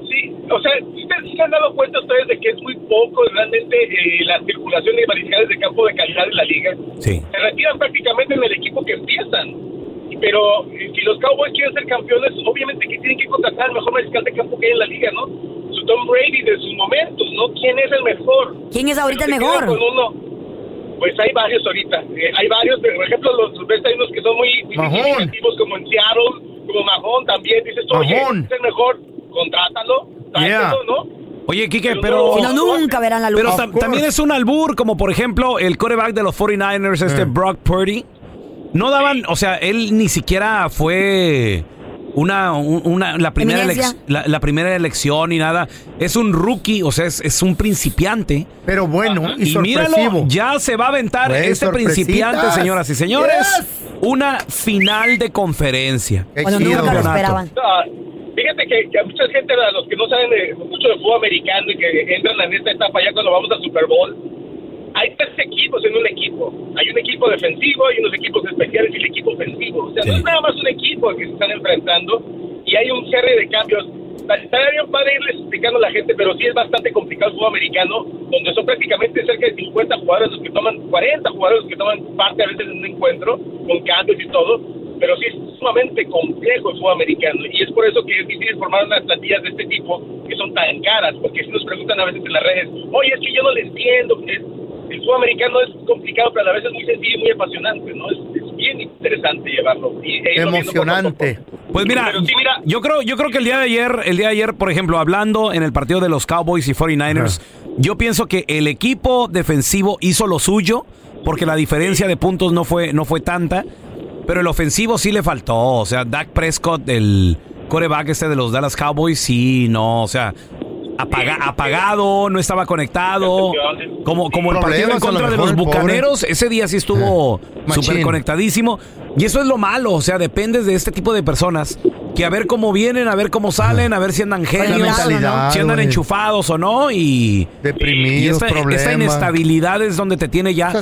S17: Sí, o sea, ¿sí te- sí se han dado cuenta ustedes de que es muy poco realmente eh, la circulación de mariscales de campo de calidad en la liga?
S1: Sí.
S17: se retiran prácticamente en el equipo que empiezan. Pero eh, si los Cowboys quieren ser campeones, obviamente que tienen que contratar al mejor mariscal de campo que hay en la liga, ¿no? Su Tom Brady de sus momentos, ¿no? ¿Quién es el mejor?
S3: ¿Quién es ahorita
S17: Pero
S3: el
S17: se quedan
S3: mejor?
S17: con uno. Pues hay varios ahorita. Eh, hay varios, pero, por ejemplo, los ves hay unos que son muy
S2: Mahón.
S17: significativos, como en Seattle, como Mahón también. Dices, oye, este
S1: Mahón.
S17: es el mejor, contrátalo, tráetelo, ¿no?
S1: Oye, Quique, pero...
S3: Pero no, nunca verán la luz.
S1: Pero tam- también es un albur, como por ejemplo el coreback de los 49ers,
S2: Eh.
S1: este Brock Purdy. No daban, o sea, él ni siquiera fue una, un- una la, primera
S2: Eminencia.
S1: elec- la, la primera elección ni nada. Es un rookie, o sea, es, es un principiante.
S2: Pero bueno, y,
S1: Y míralo,
S2: sorpresivo.
S1: ya se va a aventar
S2: Güey,
S1: este
S2: sorpresitas.
S1: principiante, señoras y señores. Una final de conferencia.
S2: Bueno,
S1: Y
S2: nunca lo
S1: campeonato.
S17: Ah, Fíjate que, que a mucha gente, a los que no saben de- mucho de fútbol americano y que entran en esta etapa ya cuando vamos al Super Bowl, hay tres equipos en un equipo. Hay un equipo defensivo, hay unos equipos especiales y el equipo ofensivo. O sea, no es nada más un equipo al que se están enfrentando y hay un cierre de cambios. Estaría bien padre irles explicando a la gente, pero sí es bastante complicado el fútbol americano, donde son prácticamente cerca de 50 jugadores los que toman, 40 jugadores los que toman parte a veces en un encuentro, con cambios y todo, pero sí es sumamente complejo el fútbol americano, y es por eso que es difícil formar unas plantillas de este tipo que son tan caras, porque si nos preguntan a veces en las redes, oye, es que yo no le entiendo, es- el fútbol americano es complicado, pero a la vez es muy sencillo y muy apasionante, ¿no? Es, es bien interesante llevarlo. Y, e irlo viendo poco a poco.
S2: Emocionante.
S1: Pues mira, yo creo, yo creo que el día de ayer, el día de ayer, por ejemplo, hablando en el partido de los Cowboys y 49ers, yo pienso que el equipo defensivo hizo lo suyo, porque la diferencia de puntos no fue, no fue tanta, pero el ofensivo sí le faltó. O sea, Dak Prescott, el coreback este de los Dallas Cowboys, sí, no, o sea, apaga- apagado, no estaba conectado. Como, como el
S2: Problemas,
S1: partido en
S2: a lo
S1: contra de
S2: mejor,
S1: los
S2: el pobre.
S1: Bucaneros, ese día sí estuvo
S2: Machín.
S1: súper conectadísimo. Y eso es lo malo, o sea, dependes de este tipo de personas que a ver cómo vienen, a ver cómo salen, a ver si andan genios,
S2: mentalidad,
S1: si andan
S2: güey.
S1: enchufados o no. Y, y esta, esta
S2: problemas. Pues
S1: inestabilidad es donde te tiene ya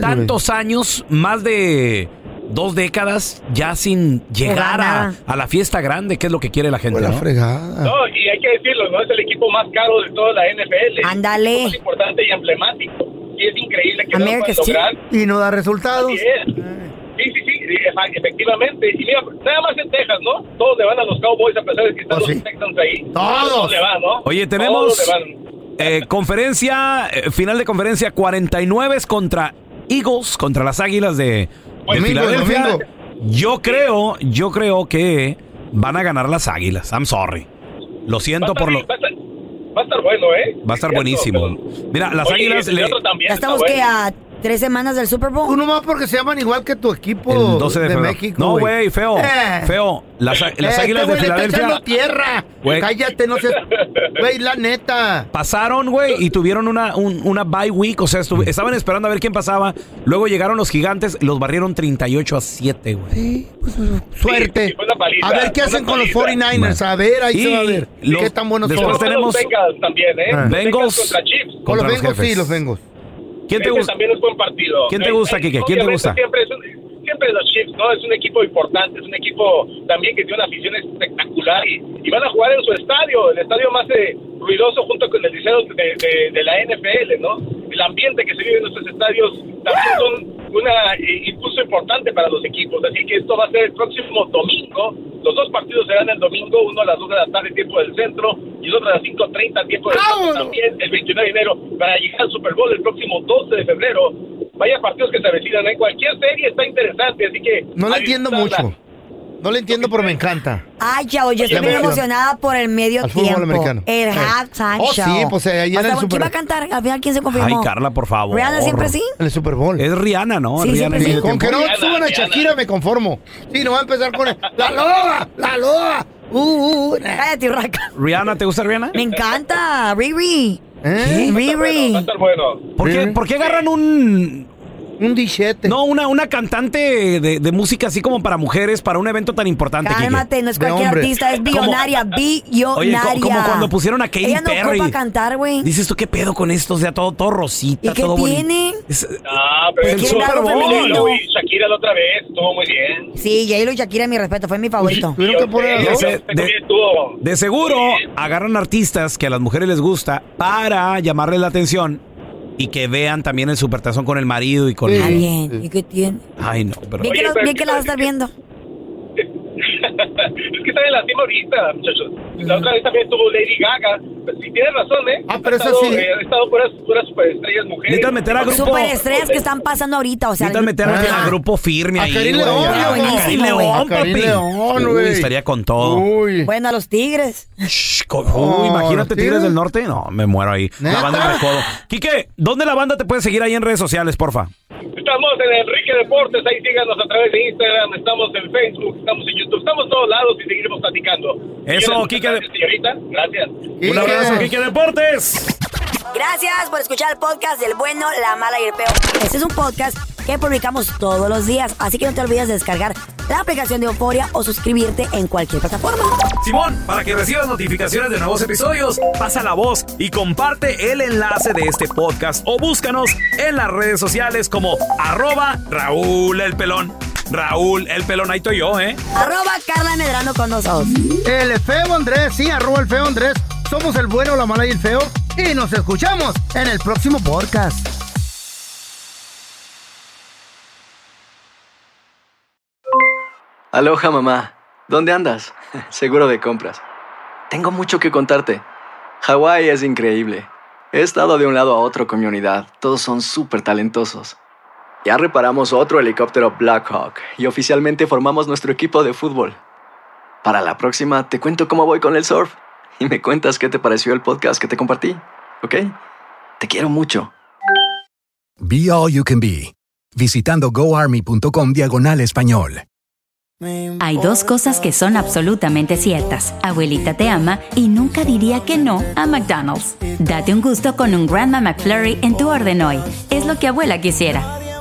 S1: tantos años, más de dos décadas, ya sin llegar a, a la fiesta grande, que es lo que quiere la gente. ¿no?
S17: No, y hay que decirlo, no es el equipo más caro de toda la NFL.
S3: Ándale.
S17: Es importante y emblemático. Y es increíble que no lo puedan
S2: America's
S17: lograr.
S2: Team. Y no da resultados.
S17: Así es. Sí, sí, sí, e, efa- efectivamente. Y mira, nada más en Texas, ¿no? Todos le van a los Cowboys a pesar de que están los Texans ahí. Todos le van, ¿no?
S1: Pues Oye,
S17: Todos
S1: tenemos
S17: le van.
S1: eh, conferencia, eh, final de conferencia 49 contra Eagles, contra las Águilas de,
S17: Pues,
S1: de
S2: Domingo,
S1: Filadelfia.
S2: domingo.
S1: Yo creo, yo creo que van a ganar las Águilas. I'm sorry. Lo siento por lo...
S17: Va a estar bueno, ¿eh?
S1: Va a estar buenísimo. Mira, las
S17: Oye,
S1: Águilas...
S17: el
S1: le-
S17: otro también
S3: Ya estamos que a tres semanas del Super Bowl.
S2: Uno más porque se llaman igual que tu equipo
S1: el 12 de,
S2: de,
S1: febrero.
S2: México.
S1: No, güey, feo.
S2: Eh.
S1: Feo. Las,
S2: Eh,
S1: las
S2: este
S1: Águilas de
S2: güey le está
S1: Filadelfia...
S2: echando tierra.
S1: Güey.
S2: Cállate, no seas... Güey, la neta.
S1: Pasaron, güey, y tuvieron una, un- una bye week. O sea, estuve- estaban esperando a ver quién pasaba. Luego llegaron los gigantes, los barrieron 38 a 7, güey.
S2: Suerte. a ver qué hacen con los 49ers. A ver, ahí se va a ver.
S1: los-
S2: ¿Qué tan buenos
S1: después
S2: son?
S1: tenemos-
S17: Los Bengals también, ¿eh?
S1: Ah.
S17: Bengals
S1: Bengals
S17: contra Chiefs.
S1: Con contra los los Bengals, jefes. sí, los Bengals. ¿Quién te
S17: Ese
S1: gusta?
S17: también es buen partido.
S1: ¿Quién te
S17: Eh,
S1: gusta,
S17: eh,
S1: Quique? ¿Quién te
S17: obviamente
S1: gusta?
S17: Siempre, es un- siempre los Chiefs, ¿no? Es un equipo importante, es un equipo también que tiene una afición espectacular y, y van a jugar en su estadio, el estadio más eh, ruidoso junto con el liceo de, de- de la NFL, ¿no? El ambiente que se vive en nuestros estadios también son un impulso importante para los equipos, así que esto va a ser el próximo domingo, los dos partidos serán el domingo, uno a las 2 de la tarde tiempo del centro y el otro a las 5.30 tiempo del centro también el 29 de enero para llegar al Super Bowl el próximo 12 de febrero vaya partidos que se avecinan en cualquier serie está interesante así que
S2: No la entiendo mucho. No la entiendo, pero me encanta.
S3: Ay, chavo, yo estoy
S2: La
S3: bien
S2: emoción.
S3: emocionada por el medio
S2: Al fútbol
S3: tiempo.
S2: americano.
S3: El
S2: Sí.
S3: halftime
S2: Oh, sí,
S3: show.
S2: pues, eh, ayer
S3: Hasta,
S2: en el
S3: ¿Quién
S2: Super-
S3: va a cantar? Al final, ¿quién se confirmó?
S1: Ay, Carla, por favor.
S3: ¿Rihanna siempre sí?
S2: En el Super Bowl.
S1: Es Rihanna, ¿no?
S2: Sí, sí,
S1: Rihanna en
S2: sí.
S1: medio
S2: Oh, Con que
S1: tiempo.
S2: no suban a Shakira me conformo. Sí, no va a empezar con el- la loba, la loba. Uh, uh,
S3: Cállate, Urraca.
S1: Rihanna, ¿te gusta Rihanna?
S3: Me encanta. Riri.
S2: ¿Eh?
S3: Riri.
S1: ¿Por qué, por qué agarran un...
S2: Un dichete.
S1: No, una, una cantante de, de música así como para mujeres, para un evento tan importante. Quique.
S3: Cálmate, no es
S1: De
S3: cualquier
S1: hombre.
S3: artista, es
S1: Eh, ¿Cómo?
S3: billonaria,
S1: Oye,
S3: billonaria.
S1: co- como, cuando pusieron a Katy
S3: Ella no
S1: Perry.
S3: ocupa cantar, güey.
S1: Dices tú, ¿qué pedo con esto? O sea, todo, todo rosita,
S3: ¿Y qué
S1: todo bonito.
S3: tiene?
S1: Es-
S17: ah pero
S1: Pues
S17: el
S1: el
S17: Super
S1: Super Bowl,
S17: Bowl
S1: ¿no?
S17: lo vi, Shakira la otra vez estuvo muy bien
S3: Sí, J-Lo y Shakira, mi respeto, fue mi favorito.
S1: de, se- de- de seguro agarran artistas que a las mujeres les gusta para llamarles la atención y que vean también el supertazón con el marido y con
S3: Está
S1: el-
S3: bien, ¿y qué tiene?
S1: Ay, no, pero...
S3: Bien que, la- bien que la vas a estar viendo.
S17: es que está en la cima ahorita muchachos la otra vez también estuvo Lady Gaga Pues sí tienes razón eh ah
S1: pero
S17: ha
S1: esa
S17: estado,
S1: sí.
S17: eh, han estado puras, puras superestrellas mujeres
S1: Necesitas meter a grupo...
S3: Superestrellas que están pasando ahorita, o sea. Ah.
S1: Necesitas meter a- a grupo firme
S2: Ah. A
S1: ahí,
S2: Karim
S1: güey,
S2: León,
S1: ya.
S2: viejo.
S1: Karim
S2: Buenísimo,
S1: León,
S2: güey. A Karim
S1: papi.
S2: León,
S1: Uy,
S2: güey.
S1: estaría con todo.
S3: Bueno, a los tigres.
S1: Co-
S2: Oh,
S1: Uy, imagínate,
S2: ¿tigres?
S1: Tigres del Norte. No, me muero ahí. La banda del recodo. Quique, ¿dónde la banda te puede seguir ahí en redes sociales, porfa?
S17: Estamos en Enrique Deportes, ahí síganos a través de Instagram, estamos en Facebook, estamos en YouTube, estamos en todos lados y seguiremos platicando.
S1: Eso,
S17: Muchas
S1: Quique
S17: Gracias, señorita. Gracias.
S1: Un abrazo, Quique Deportes.
S3: Gracias por escuchar el podcast del bueno, la mala y el peor. Este es un podcast que publicamos todos los días, así que no te olvides de descargar la aplicación de Euforia o suscribirte en cualquier plataforma.
S1: Simón, para que recibas notificaciones de nuevos episodios, pasa la voz y comparte el enlace de este podcast o búscanos en las redes sociales como arroba Raúl el Pelón. Raúl el Pelón, ahí estoy yo, ¿eh?
S3: Arroba Carla Medrano con nosotros.
S2: El feo Andrés, sí, arroba el feo Andrés. Somos el bueno, la mala y el feo. Y nos escuchamos en el próximo podcast.
S10: Aloha mamá, ¿dónde andas? Seguro de compras. Tengo mucho que contarte. Hawái es increíble. He estado de un lado a otro con mi unidad. Todos son súper talentosos. Ya reparamos otro helicóptero Blackhawk y oficialmente formamos nuestro equipo de fútbol.
S25: Para la próxima te cuento cómo voy con el surf y me cuentas qué te pareció el podcast que te compartí, ¿ok? Te quiero mucho.
S26: Be All You Can Be. Visitando goarmy.com diagonal español.
S27: Hay dos cosas que son absolutamente ciertas. Abuelita te ama y nunca diría que no a McDonald's. Date un gusto con un Grandma McFlurry en tu orden hoy. Es lo que abuela quisiera.